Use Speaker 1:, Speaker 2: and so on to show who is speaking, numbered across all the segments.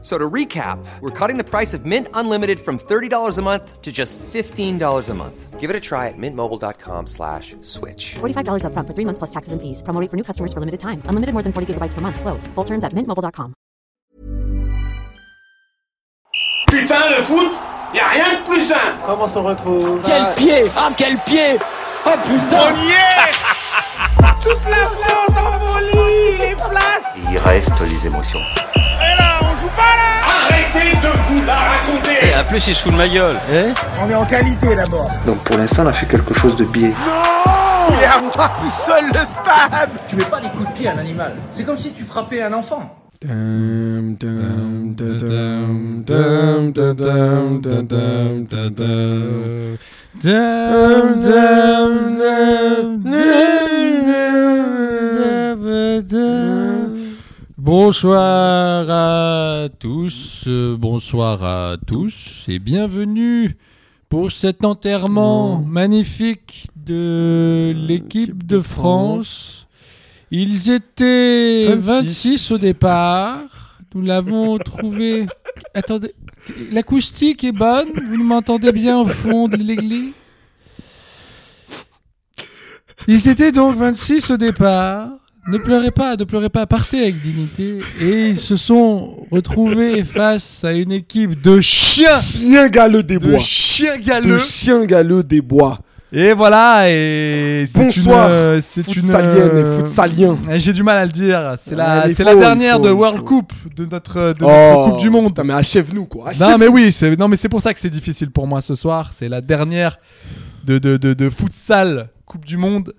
Speaker 1: So to recap, we're cutting the price of Mint Unlimited from $30 a month to just $15 a month. Give it a try at mintmobile.com slash switch.
Speaker 2: $45 upfront for three months plus taxes and fees. Promo rate for new customers for limited time. Unlimited more than 40 gigabytes per month. Slows. Full terms at mintmobile.com.
Speaker 3: Putain, le foot, y a rien de plus simple.
Speaker 4: Comment on se retrouve
Speaker 5: Quel pied Ah quel pied Oh putain
Speaker 3: y est Toute la France en folie, les places.
Speaker 6: Il reste les émotions.
Speaker 3: Et là, on joue pas là. Arrêtez de vous la raconter.
Speaker 5: En plus il se fout de ma gueule
Speaker 7: Donc pour l'instant, on a fait quelque chose de biais.
Speaker 3: Il est à moi tout seul le stade.
Speaker 8: Bonsoir à tous, euh, bonsoir à tous et bienvenue pour cet enterrement magnifique de l'équipe de France. Ils étaient 26 au départ. Nous l'avons trouvé. Attendez, l'acoustique est bonne. Vous m'entendez bien au fond de l'église Ils étaient donc 26 au départ. Ne pleurez pas, ne pleurez pas, partez avec dignité. Et ils se sont retrouvés face à une équipe de chiens,
Speaker 9: Chien galeux des
Speaker 8: de
Speaker 9: bois.
Speaker 8: chiens
Speaker 9: De
Speaker 8: galeux.
Speaker 9: chien galeux des bois.
Speaker 8: Et voilà, et c'est
Speaker 9: Bonsoir,
Speaker 8: une, euh, c'est une
Speaker 9: footsalienne et
Speaker 8: euh,
Speaker 9: footsaliens.
Speaker 8: eh, J'ai du mal à le dire. C'est
Speaker 9: Ah,
Speaker 8: la,
Speaker 9: il
Speaker 8: c'est
Speaker 9: faut,
Speaker 8: la
Speaker 9: il
Speaker 8: dernière
Speaker 9: faut,
Speaker 8: de
Speaker 9: il
Speaker 8: World
Speaker 9: faut. Oh. Ah,
Speaker 8: Coupe de notre, de notre Coupe du Monde.
Speaker 9: Putain, mais achève-nous quoi. Achève-
Speaker 8: Non, mais oui, c'est non, mais c'est pour ça que c'est difficile pour moi ce soir. C'est la dernière de de de, de futsal Coupe du Monde.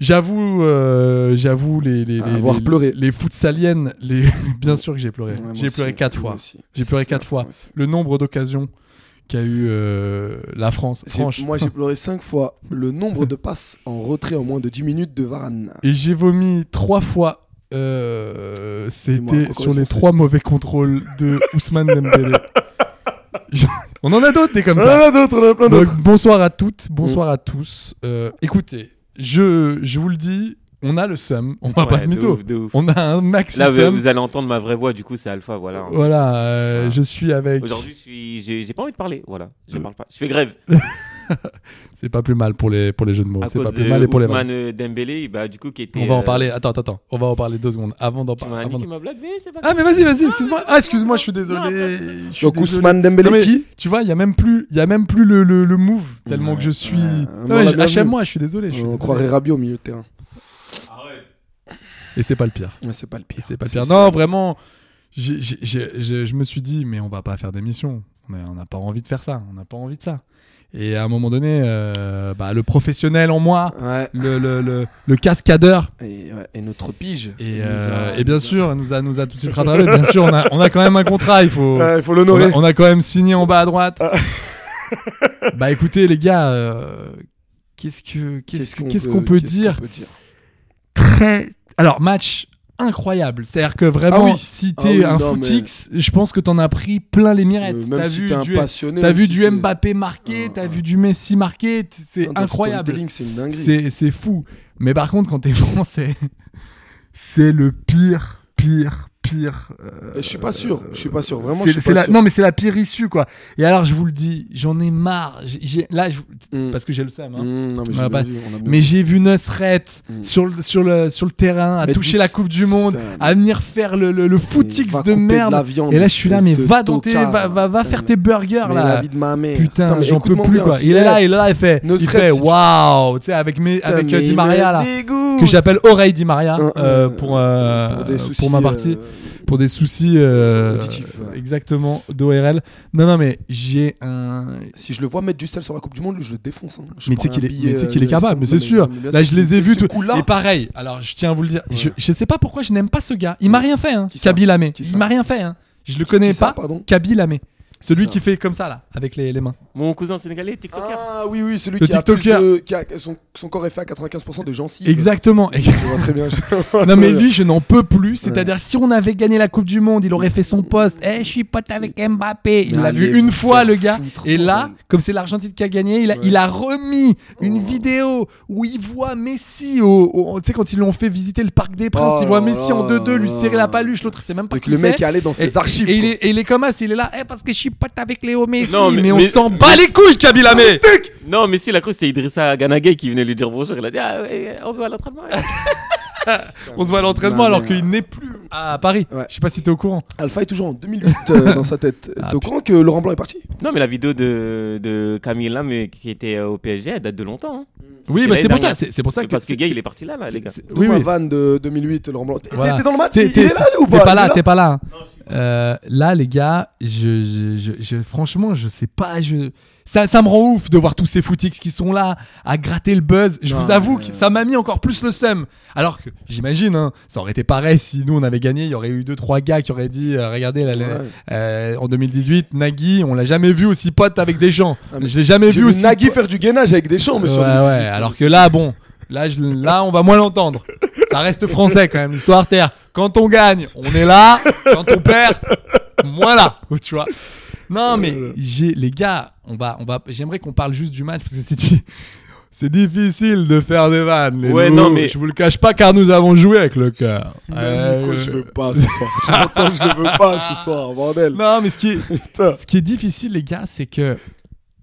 Speaker 8: J'avoue, euh, j'avoue les les, les
Speaker 9: Ah, Avoir
Speaker 8: les-
Speaker 9: pleuré.
Speaker 8: les futsaliennes. Les bien sûr que j'ai pleuré.
Speaker 9: Ouais, moi
Speaker 8: j'ai
Speaker 9: aussi,
Speaker 8: pleuré quatre
Speaker 9: moi
Speaker 8: fois.
Speaker 9: aussi.
Speaker 8: J'ai pleuré quatre
Speaker 9: C'est-
Speaker 8: fois.
Speaker 9: moi aussi.
Speaker 8: Le nombre d'occasions qu'a eu euh, la France.
Speaker 9: J'ai-
Speaker 8: Franche.
Speaker 9: Moi j'ai pleuré 5 fois le nombre de passes en retrait en moins de 10 minutes de Varane.
Speaker 8: Et j'ai vomi trois fois. Euh, C'était
Speaker 9: encore
Speaker 8: sur les
Speaker 9: responsable.
Speaker 8: trois mauvais contrôles de Ousmane Dembélé. Je- On en a d'autres des comme
Speaker 9: On en
Speaker 8: ça.
Speaker 9: a d'autres, on en a plein
Speaker 8: Donc,
Speaker 9: d'autres. Mm.
Speaker 8: bonsoir à toutes, bonsoir à tous. Euh, écoutez, je, je vous le dis, on a le seum, on va
Speaker 10: Ouais,
Speaker 8: Ah, pas se
Speaker 10: de
Speaker 8: mytho.
Speaker 10: ouf, de ouf.
Speaker 8: On a un maxi
Speaker 10: Là, vous,
Speaker 8: seum.
Speaker 10: vous allez entendre ma vraie voix, du coup, c'est Alpha, voilà.
Speaker 8: Voilà, euh,
Speaker 10: Voilà.
Speaker 8: je suis avec.
Speaker 10: Ah. Aujourd'hui, je suis- j'ai j'ai pas envie de parler, voilà. Je
Speaker 8: Mm.
Speaker 10: parle pas. Je fais grève.
Speaker 8: C'est pas plus mal pour les, pour les jeux de mots.
Speaker 10: À
Speaker 8: Ah, C'est pas
Speaker 10: cause
Speaker 8: plus
Speaker 10: de
Speaker 8: mal et pour les vannes.
Speaker 10: Ousmane euh, Dembélé, bah, du coup, qui était.
Speaker 8: On va en
Speaker 10: euh,
Speaker 8: parler. Attends, attends, attends. On va en parler deux secondes avant d'en
Speaker 10: Tu
Speaker 8: parler.
Speaker 10: m'as
Speaker 8: avant
Speaker 10: niqué
Speaker 8: d'en-
Speaker 10: ma blague, mais c'est pas
Speaker 8: Ah, mais vas-y, vas-y, excuse-moi. Ah, excuse-moi, je suis
Speaker 10: Non, attends.
Speaker 8: désolé. Je suis
Speaker 9: Donc
Speaker 8: désolé.
Speaker 9: Ousmane
Speaker 8: Non,
Speaker 9: Dembélé
Speaker 8: mais-
Speaker 9: qui
Speaker 8: Tu vois, il y a même plus, il y a même plus le, le, le move tellement
Speaker 9: Ouais.
Speaker 8: que je suis.
Speaker 9: Ouais.
Speaker 8: Non,
Speaker 9: Bon,
Speaker 8: mais
Speaker 9: la
Speaker 8: je-
Speaker 9: bienvenue.
Speaker 8: Achève-moi, je suis désolé. je suis
Speaker 9: On
Speaker 8: désolé.
Speaker 9: croirait Rabiot au milieu de terrain.
Speaker 8: Et c'est pas le pire.
Speaker 9: Mais c'est pas le pire.
Speaker 8: C'est pas pire. Non, vraiment, j'ai- j'ai- j'ai- j'ai- je me suis dit, mais on va pas faire d'émission. On a- on n'a pas envie de faire ça. On n'a pas envie de ça. Et à un moment donné, euh, bah, le professionnel en moi,
Speaker 9: Ouais.
Speaker 8: le, le, le, le cascadeur,
Speaker 9: Et, ouais, et notre pige.
Speaker 8: et,
Speaker 9: Il nous
Speaker 8: euh,
Speaker 9: a-
Speaker 8: et bien sûr, nous a, nous a tout de suite rattrapé. Bien sûr, on a, on a quand même un contrat. Il faut,
Speaker 9: Ouais, il faut
Speaker 8: on,
Speaker 9: l'honorer. Ah.
Speaker 8: a, on a quand même signé en bas à droite. bah écoutez, les gars, euh, qu'est-ce que qu'est-ce que- qu'est-ce qu'on peut
Speaker 9: qu'est-ce
Speaker 8: dire
Speaker 9: qu'on peut dire
Speaker 8: très. Alors, match incroyable. C'est-à-dire que vraiment,
Speaker 9: Ah oui.
Speaker 8: si
Speaker 9: Ah
Speaker 8: t'es
Speaker 9: oui,
Speaker 8: un
Speaker 9: non,
Speaker 8: footix, je pense que t'en as pris plein les
Speaker 9: Euh,
Speaker 8: mirettes.
Speaker 9: Même
Speaker 8: t'as
Speaker 9: si
Speaker 8: vu,
Speaker 9: t'es un
Speaker 8: du,
Speaker 9: passionné.
Speaker 8: t'as
Speaker 9: même
Speaker 8: vu
Speaker 9: si
Speaker 8: du
Speaker 9: t'es-
Speaker 8: Mbappé marqué,
Speaker 9: Ah,
Speaker 8: t'as
Speaker 9: ah.
Speaker 8: vu du Messi marqué, t- c'est
Speaker 9: Dans le
Speaker 8: incroyable.
Speaker 9: storytelling, C'est une dinguerie.
Speaker 8: C'est c'est fou. Mais par contre, quand t'es français, c'est le pire, pire, pire. euh,
Speaker 9: Je suis pas sûr, je suis pas sûr, vraiment,
Speaker 8: c'est-
Speaker 9: je suis
Speaker 8: c'est
Speaker 9: pas
Speaker 8: la-
Speaker 9: sûr.
Speaker 8: Non, mais c'est la pire issue, quoi. Et alors, je vous le dis, j'en ai marre. J'ai- j'ai- là, je-
Speaker 9: Mm.
Speaker 8: parce que j'ai le seum. hein.
Speaker 9: Mm, non, mais
Speaker 8: On
Speaker 9: j'ai
Speaker 8: a pas-
Speaker 9: bien vu, on a bien
Speaker 8: Mais
Speaker 9: vu.
Speaker 8: j'ai vu Nusret
Speaker 9: Mm.
Speaker 8: sur, le, sur, le, sur le terrain, à
Speaker 9: Mais
Speaker 8: toucher
Speaker 9: du-
Speaker 8: la Coupe du Monde,
Speaker 9: putain,
Speaker 8: à venir faire le, le, le footix de
Speaker 9: va couper de
Speaker 8: merde.
Speaker 9: la viande,
Speaker 8: et là, je suis là, mais
Speaker 9: espèce de
Speaker 8: va dans tes-
Speaker 9: tocard.
Speaker 8: va, va, va faire tes burgers
Speaker 9: Mais
Speaker 8: là.
Speaker 9: la vie de ma mère.
Speaker 8: Putain, mais
Speaker 9: mais
Speaker 8: j'en peux
Speaker 9: écoute-moi
Speaker 8: plus
Speaker 9: bien,
Speaker 8: quoi.
Speaker 9: si
Speaker 8: Il est là,
Speaker 9: elle-
Speaker 8: il est là, il fait, il
Speaker 9: Nusret,
Speaker 8: fait
Speaker 9: si tu-
Speaker 8: waouh, tu sais, avec, mes,
Speaker 9: Putain,
Speaker 8: avec
Speaker 9: mais
Speaker 8: euh, Di
Speaker 9: il
Speaker 8: Maria
Speaker 9: me
Speaker 8: là,
Speaker 9: dégoûte.
Speaker 8: que j'appelle Oreille Di Maria
Speaker 9: Un,
Speaker 8: euh,
Speaker 9: un,
Speaker 8: pour, euh,
Speaker 9: pour des soucis,
Speaker 8: pour ma partie,
Speaker 9: euh,
Speaker 8: pour des soucis euh,
Speaker 9: Auditifs, ouais.
Speaker 8: exactement d'ORL. Non, non, mais j'ai un,
Speaker 9: Si je le vois mettre du sel sur la Coupe du Monde, lui, je le défonce. hein. Je
Speaker 8: mais tu sais
Speaker 9: prends un
Speaker 8: qu'il est,
Speaker 9: billet,
Speaker 8: mais tu sais
Speaker 9: euh,
Speaker 8: qu'il est
Speaker 9: de-
Speaker 8: capable, mais
Speaker 9: Non,
Speaker 8: c'est sûr.
Speaker 9: non, mais bien
Speaker 8: Là,
Speaker 9: sûr,
Speaker 8: je les ai
Speaker 9: mais
Speaker 8: vus.
Speaker 9: ce
Speaker 8: tout-
Speaker 9: coup-là,
Speaker 8: Et pareil, alors je tiens à vous le dire, je,
Speaker 9: Ouais.
Speaker 8: je sais pas pourquoi je n'aime pas ce gars. Il m'a rien fait, hein,
Speaker 9: Qui ça
Speaker 8: Kabil Amé.
Speaker 9: Qui ça
Speaker 8: Il m'a rien fait, hein. Je le
Speaker 9: qui
Speaker 8: connais
Speaker 9: ça,
Speaker 8: pas,
Speaker 9: pardon
Speaker 8: Kabil Amé. Celui
Speaker 9: Ça.
Speaker 8: qui fait comme ça, là, avec les, les mains.
Speaker 10: Mon cousin sénégalais, TikToker.
Speaker 9: Ah oui, oui, celui
Speaker 8: Le
Speaker 9: qui a, plus
Speaker 8: TikToker.
Speaker 9: de- qui a- son, son corps est fait à 95% de gencives.
Speaker 8: Exactement.
Speaker 9: Je vois très bien.
Speaker 8: Non mais lui je n'en peux plus, c'est-à-dire si on avait gagné la Coupe du Monde, il aurait fait son poste, Eh je suis pote avec Mbappé, il
Speaker 9: Mais
Speaker 8: l'a
Speaker 9: allez
Speaker 8: vu une
Speaker 9: vous
Speaker 8: fois
Speaker 9: faire
Speaker 8: le gars,
Speaker 9: foutre,
Speaker 8: et là,
Speaker 9: bordel.
Speaker 8: comme c'est l'Argentine qui a gagné, il a,
Speaker 9: Ouais. Oh.
Speaker 8: il a remis une vidéo où il voit Messi, au, au- tu sais quand ils l'ont fait visiter le Parc des Princes,
Speaker 9: Oh
Speaker 8: il voit
Speaker 9: là
Speaker 8: Messi
Speaker 9: là
Speaker 8: en
Speaker 9: là
Speaker 8: 2-2, lui
Speaker 9: là.
Speaker 8: serrer la paluche, l'autre c'est même pas
Speaker 9: Donc
Speaker 8: qui
Speaker 9: le mec
Speaker 8: c'est.
Speaker 9: est allé dans ses
Speaker 8: Et-
Speaker 9: archives.
Speaker 8: Et il,
Speaker 9: quoi.
Speaker 8: est, et il est comme ça, il est là, Eh, parce que je suis pote avec Léo Messi,
Speaker 10: Non,
Speaker 8: mais,
Speaker 10: mais-
Speaker 8: on
Speaker 10: mais-
Speaker 8: s'en bat les couilles
Speaker 9: Ah,
Speaker 8: Kabila mais
Speaker 10: Non, mais si, il a cru que c'était Idrissa Ganagay qui venait lui dire bonjour. Il a dit Ah ouais, on se voit à l'entraînement.
Speaker 8: On se voit à l'entraînement
Speaker 9: Non,
Speaker 8: alors
Speaker 9: mais- euh,
Speaker 8: qu'il n'est plus à Paris,
Speaker 9: Ouais.
Speaker 8: je sais pas si t'es au courant.
Speaker 9: Alpha est toujours en 2008 euh, dans sa tête.
Speaker 8: Ah,
Speaker 9: T'es au courant que Laurent Blanc est parti
Speaker 10: non, mais la vidéo de, de Camille Lame qui était euh, au PSG, elle date de longtemps. hein.
Speaker 8: Oui,
Speaker 10: Et
Speaker 8: bah,
Speaker 10: l'année
Speaker 8: c'est pour ça,
Speaker 10: dernière.
Speaker 8: c'est c'est pour ça que
Speaker 10: Parce que
Speaker 8: c'est-
Speaker 10: Gay,
Speaker 8: c'est-
Speaker 10: il est parti là, là les gars.
Speaker 8: c'est-
Speaker 9: D'où ma vanne de 2008, Laurent Blanc. T'es
Speaker 8: Voilà.
Speaker 9: t'es dans le match
Speaker 8: T'es-
Speaker 9: Il
Speaker 8: t'es-
Speaker 9: est là lui, ou
Speaker 8: t'es
Speaker 9: pas
Speaker 8: pas
Speaker 9: Il est
Speaker 8: là, t'es pas là. Euh, là, les gars, je, je, je, je- franchement, je sais pas. Je, ça, ça me rend ouf de voir tous ces footix qui sont là à gratter le buzz. Je
Speaker 9: Non,
Speaker 8: vous avoue
Speaker 9: mais-
Speaker 8: que ça m'a mis encore plus le seum. Alors que j'imagine, hein, ça aurait été pareil si nous on avait gagné. Il y aurait eu deux trois gars qui auraient dit, euh, regardez, là, là,
Speaker 9: Ouais.
Speaker 8: euh, en 2018, Nagui, on l'a jamais vu aussi pote avec des gens.
Speaker 9: Ah, mais
Speaker 8: je l'ai jamais
Speaker 9: J'ai
Speaker 8: vu
Speaker 9: vu
Speaker 8: aussi.
Speaker 9: Nagui faire du gainage avec des champs,
Speaker 8: Ouais,
Speaker 9: monsieur.
Speaker 8: ouais, alors que là, bon, là, je, là, on va moins l'entendre. Ça reste français quand même, l'histoire, c'est-à-dire, quand on gagne, on est là, quand on perd, moins là, tu vois. Non, mais j'ai, les gars, on va, on va, j'aimerais qu'on parle juste du match parce que c'est di- c'est difficile de faire des vannes. les
Speaker 10: Ouais,
Speaker 8: loups.
Speaker 10: non, mais-
Speaker 8: Je vous le cache pas car nous avons joué avec le cœur. Euh,
Speaker 9: je veux pas ce soir. Tu m'entends, je ne veux pas ce soir, bordel.
Speaker 8: non, mais ce qui, est, ce qui est difficile, les gars, c'est que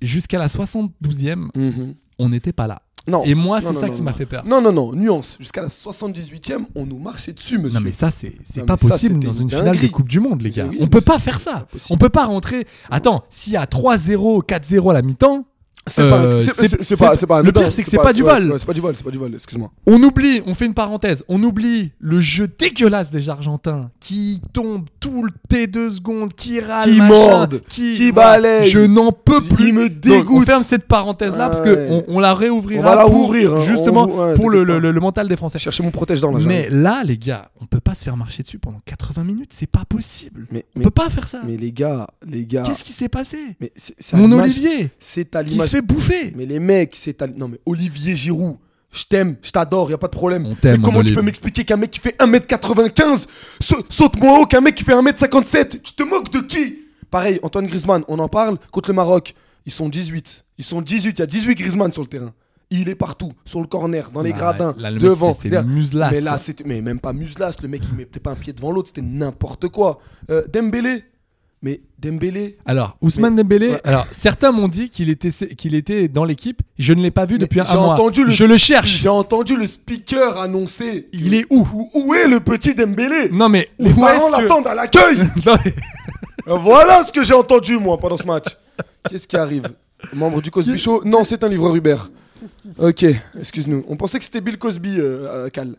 Speaker 8: jusqu'à la 72e,
Speaker 9: Mhm.
Speaker 8: on n'était pas là.
Speaker 9: Non.
Speaker 8: Et moi,
Speaker 9: Non,
Speaker 8: c'est
Speaker 9: non,
Speaker 8: ça
Speaker 9: non,
Speaker 8: qui
Speaker 9: non.
Speaker 8: m'a fait peur.
Speaker 9: Non, non, non, nuance. Jusqu'à la 78ème, on nous marchait dessus, monsieur.
Speaker 8: Non mais ça c'est c'est
Speaker 9: Non,
Speaker 8: pas
Speaker 9: mais ça,
Speaker 8: possible
Speaker 9: c'était
Speaker 8: dans
Speaker 9: une
Speaker 8: une finale de
Speaker 9: dinguerie.
Speaker 8: Coupe du Monde les gars.
Speaker 9: oui,
Speaker 8: on
Speaker 9: mais
Speaker 8: peut
Speaker 9: c'est-
Speaker 8: pas faire ça.
Speaker 9: possible.
Speaker 8: On peut pas rentrer. Attends, s'il y a 3-0, 4-0 à la mi-temps,
Speaker 9: c'est
Speaker 8: euh,
Speaker 9: pas, c'est- c'est- c'est pas, c'est pas
Speaker 8: le
Speaker 9: anodin,
Speaker 8: pire c'est que c'est pas du
Speaker 9: ouais,
Speaker 8: vol.
Speaker 9: ouais, C'est pas du vol, c'est pas du vol, excuse-moi.
Speaker 8: On oublie, on fait une parenthèse, on oublie le jeu dégueulasse des Argentins qui tombe tout le T2 secondes, qui râle,
Speaker 9: Qui
Speaker 8: machin,
Speaker 9: morde, qui balaye.
Speaker 8: Je n'en peux
Speaker 9: Il
Speaker 8: plus.
Speaker 9: me
Speaker 8: Donc, on
Speaker 9: dégoûte.
Speaker 8: ferme cette parenthèse là
Speaker 9: Ah
Speaker 8: parce
Speaker 9: ouais.
Speaker 8: que on, on la réouvrira
Speaker 9: On va la
Speaker 8: pour-
Speaker 9: rouvrir, hein.
Speaker 8: justement
Speaker 9: On- ouais,
Speaker 8: pour le,
Speaker 9: t'inquiète
Speaker 8: le-
Speaker 9: pas.
Speaker 8: le- le mental des Français.
Speaker 9: Chercher mon protège dans la
Speaker 8: Mais là les gars, on peut pas se faire marcher dessus pendant 80 minutes, c'est pas possible.
Speaker 9: mais,
Speaker 8: On
Speaker 9: mais,
Speaker 8: peut pas faire ça.
Speaker 9: mais les gars, les gars.
Speaker 8: Qu'est-ce qui s'est passé
Speaker 9: mais c'est- c'est à
Speaker 8: Mon
Speaker 9: l'image-
Speaker 8: Olivier
Speaker 9: C'est à
Speaker 8: qui se
Speaker 9: l'image.
Speaker 8: fait bouffer.
Speaker 9: Mais les mecs, c'est à... Non mais Olivier Giroud, je t'aime, je t'adore, y a pas de problème.
Speaker 8: On t'aime,
Speaker 9: Mais comment
Speaker 8: mon
Speaker 9: tu
Speaker 8: Olivier.
Speaker 9: peux m'expliquer qu'un mec qui fait 1m95 sa- saute moins haut qu'un mec qui fait 1m57 Tu te moques de qui Pareil, Antoine Griezmann, on en parle contre le Maroc. Ils sont 18. Ils sont 18, il y a 18 Griezmann sur le terrain. Il est partout, sur le corner, dans les
Speaker 8: Bah,
Speaker 9: gradins,
Speaker 8: là, le mec
Speaker 9: devant.
Speaker 8: s'est fait
Speaker 9: derrière.
Speaker 8: muslasse,
Speaker 9: mais là,
Speaker 8: quoi.
Speaker 9: c'était mais même pas Muslas, le mec il mettait pas un pied devant l'autre, c'était n'importe quoi. Euh, Dembélé, mais Dembélé,
Speaker 8: Alors, Ousmane
Speaker 9: Mais-
Speaker 8: Dembélé,
Speaker 9: Ouais.
Speaker 8: alors certains m'ont dit qu'il était qu'il était dans l'équipe, je ne l'ai pas vu depuis un,
Speaker 9: j'ai
Speaker 8: mois.
Speaker 9: entendu le
Speaker 8: je le cherche.
Speaker 9: J'ai entendu le speaker annoncer.
Speaker 8: Il est où
Speaker 9: Où, où est le petit Dembélé
Speaker 8: Non mais
Speaker 9: Les
Speaker 8: où
Speaker 9: parents
Speaker 8: est-ce que-
Speaker 9: l'attendent à l'accueil.
Speaker 8: Non, mais-
Speaker 9: voilà ce que j'ai entendu moi pendant ce match. Qu'est-ce qui arrive Membre du Cosby Show Non, c'est un livreur Uber. Ok, excuse-nous. On pensait que c'était Bill Cosby, euh, à Cal.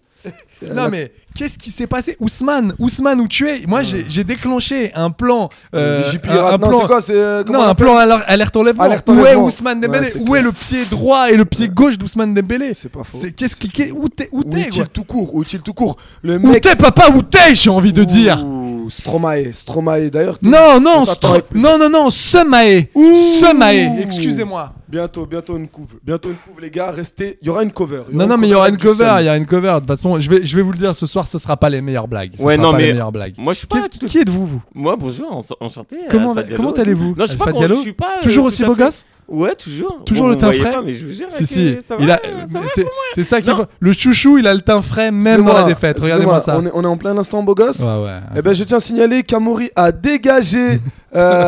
Speaker 9: Euh,
Speaker 8: Non
Speaker 9: la-
Speaker 8: mais qu'est-ce qui s'est passé Ousmane, Ousmane où tu es Moi j'ai j'ai déclenché un plan euh,
Speaker 9: JP
Speaker 8: un, un
Speaker 9: Rat- non,
Speaker 8: plan
Speaker 9: c'est quoi C'est euh, comment
Speaker 8: non,
Speaker 9: on
Speaker 8: un
Speaker 9: l'appelle
Speaker 8: plan aler- alerte enlèvement.
Speaker 9: Alerte
Speaker 8: Où est
Speaker 9: enlèvement.
Speaker 8: Ousmane Dembélé
Speaker 9: Ouais, c'est
Speaker 8: Où
Speaker 9: clair.
Speaker 8: est le pied droit et le pied gauche d'Ousmane Dembélé
Speaker 9: C'est pas faux.
Speaker 8: C'est qu'est-ce qui qu'est- où t'es où
Speaker 9: Ou
Speaker 8: t'es quoi
Speaker 9: est-il tout court Ou est-il tout court Le
Speaker 8: Où
Speaker 9: mec.
Speaker 8: t'es papa Où t'es J'ai envie de dire.
Speaker 9: Ouh, Stromae, Stromae. D'ailleurs, t'es-
Speaker 8: Non, non,
Speaker 9: on t'attend
Speaker 8: stro-
Speaker 9: avec
Speaker 8: non,
Speaker 9: plaisir.
Speaker 8: non, non, Semae.
Speaker 9: Ouh.
Speaker 8: Semae, excusez-moi.
Speaker 9: Bientôt, bientôt une couve. Bientôt une couve, les gars. Restez. Il y aura une cover.
Speaker 8: Non, non, mais il y aura une
Speaker 9: avec du
Speaker 8: cover,
Speaker 9: seul.
Speaker 8: il y aura une cover. De toute façon, je vais, je vais vous le dire, ce soir, ce sera pas les meilleures blagues. Ce
Speaker 10: Ouais,
Speaker 8: sera
Speaker 10: non,
Speaker 8: pas les
Speaker 10: mais-
Speaker 8: meilleures blagues.
Speaker 10: Moi, je suis pas.
Speaker 8: Qu'est-ce-
Speaker 10: tout-
Speaker 8: Qui êtes-vous, vous
Speaker 10: Moi, bonjour, en- enchanté. euh,
Speaker 8: Comment,
Speaker 10: Alpha Diallo.
Speaker 8: comment allez-vous
Speaker 10: Non, je suis pas.
Speaker 8: Alpha
Speaker 10: con-
Speaker 8: Diallo
Speaker 10: je suis pas, euh,
Speaker 8: Toujours
Speaker 10: tout
Speaker 8: aussi
Speaker 10: à
Speaker 8: beau
Speaker 10: fait-
Speaker 8: gosse
Speaker 10: Ouais, toujours.
Speaker 8: Toujours
Speaker 10: Bon,
Speaker 8: le
Speaker 10: vous
Speaker 8: teint
Speaker 10: voyez
Speaker 8: frais
Speaker 10: pas, mais je vous jure.
Speaker 8: Si,
Speaker 10: que
Speaker 8: si.
Speaker 10: ça
Speaker 8: Il
Speaker 10: va,
Speaker 8: a-
Speaker 10: ça
Speaker 8: mais
Speaker 10: va.
Speaker 8: c'est- C'est ça qui est
Speaker 10: Non.
Speaker 8: fou. Le chouchou, il a le teint frais même dans la
Speaker 9: Excusez-moi,
Speaker 8: défaite. Regardez-moi ça.
Speaker 9: excusez-moi, On est, on est en plein instant beau gosse.
Speaker 8: Ouais, ouais.
Speaker 9: Eh ben, je tiens à signaler qu'Amaury a dégagé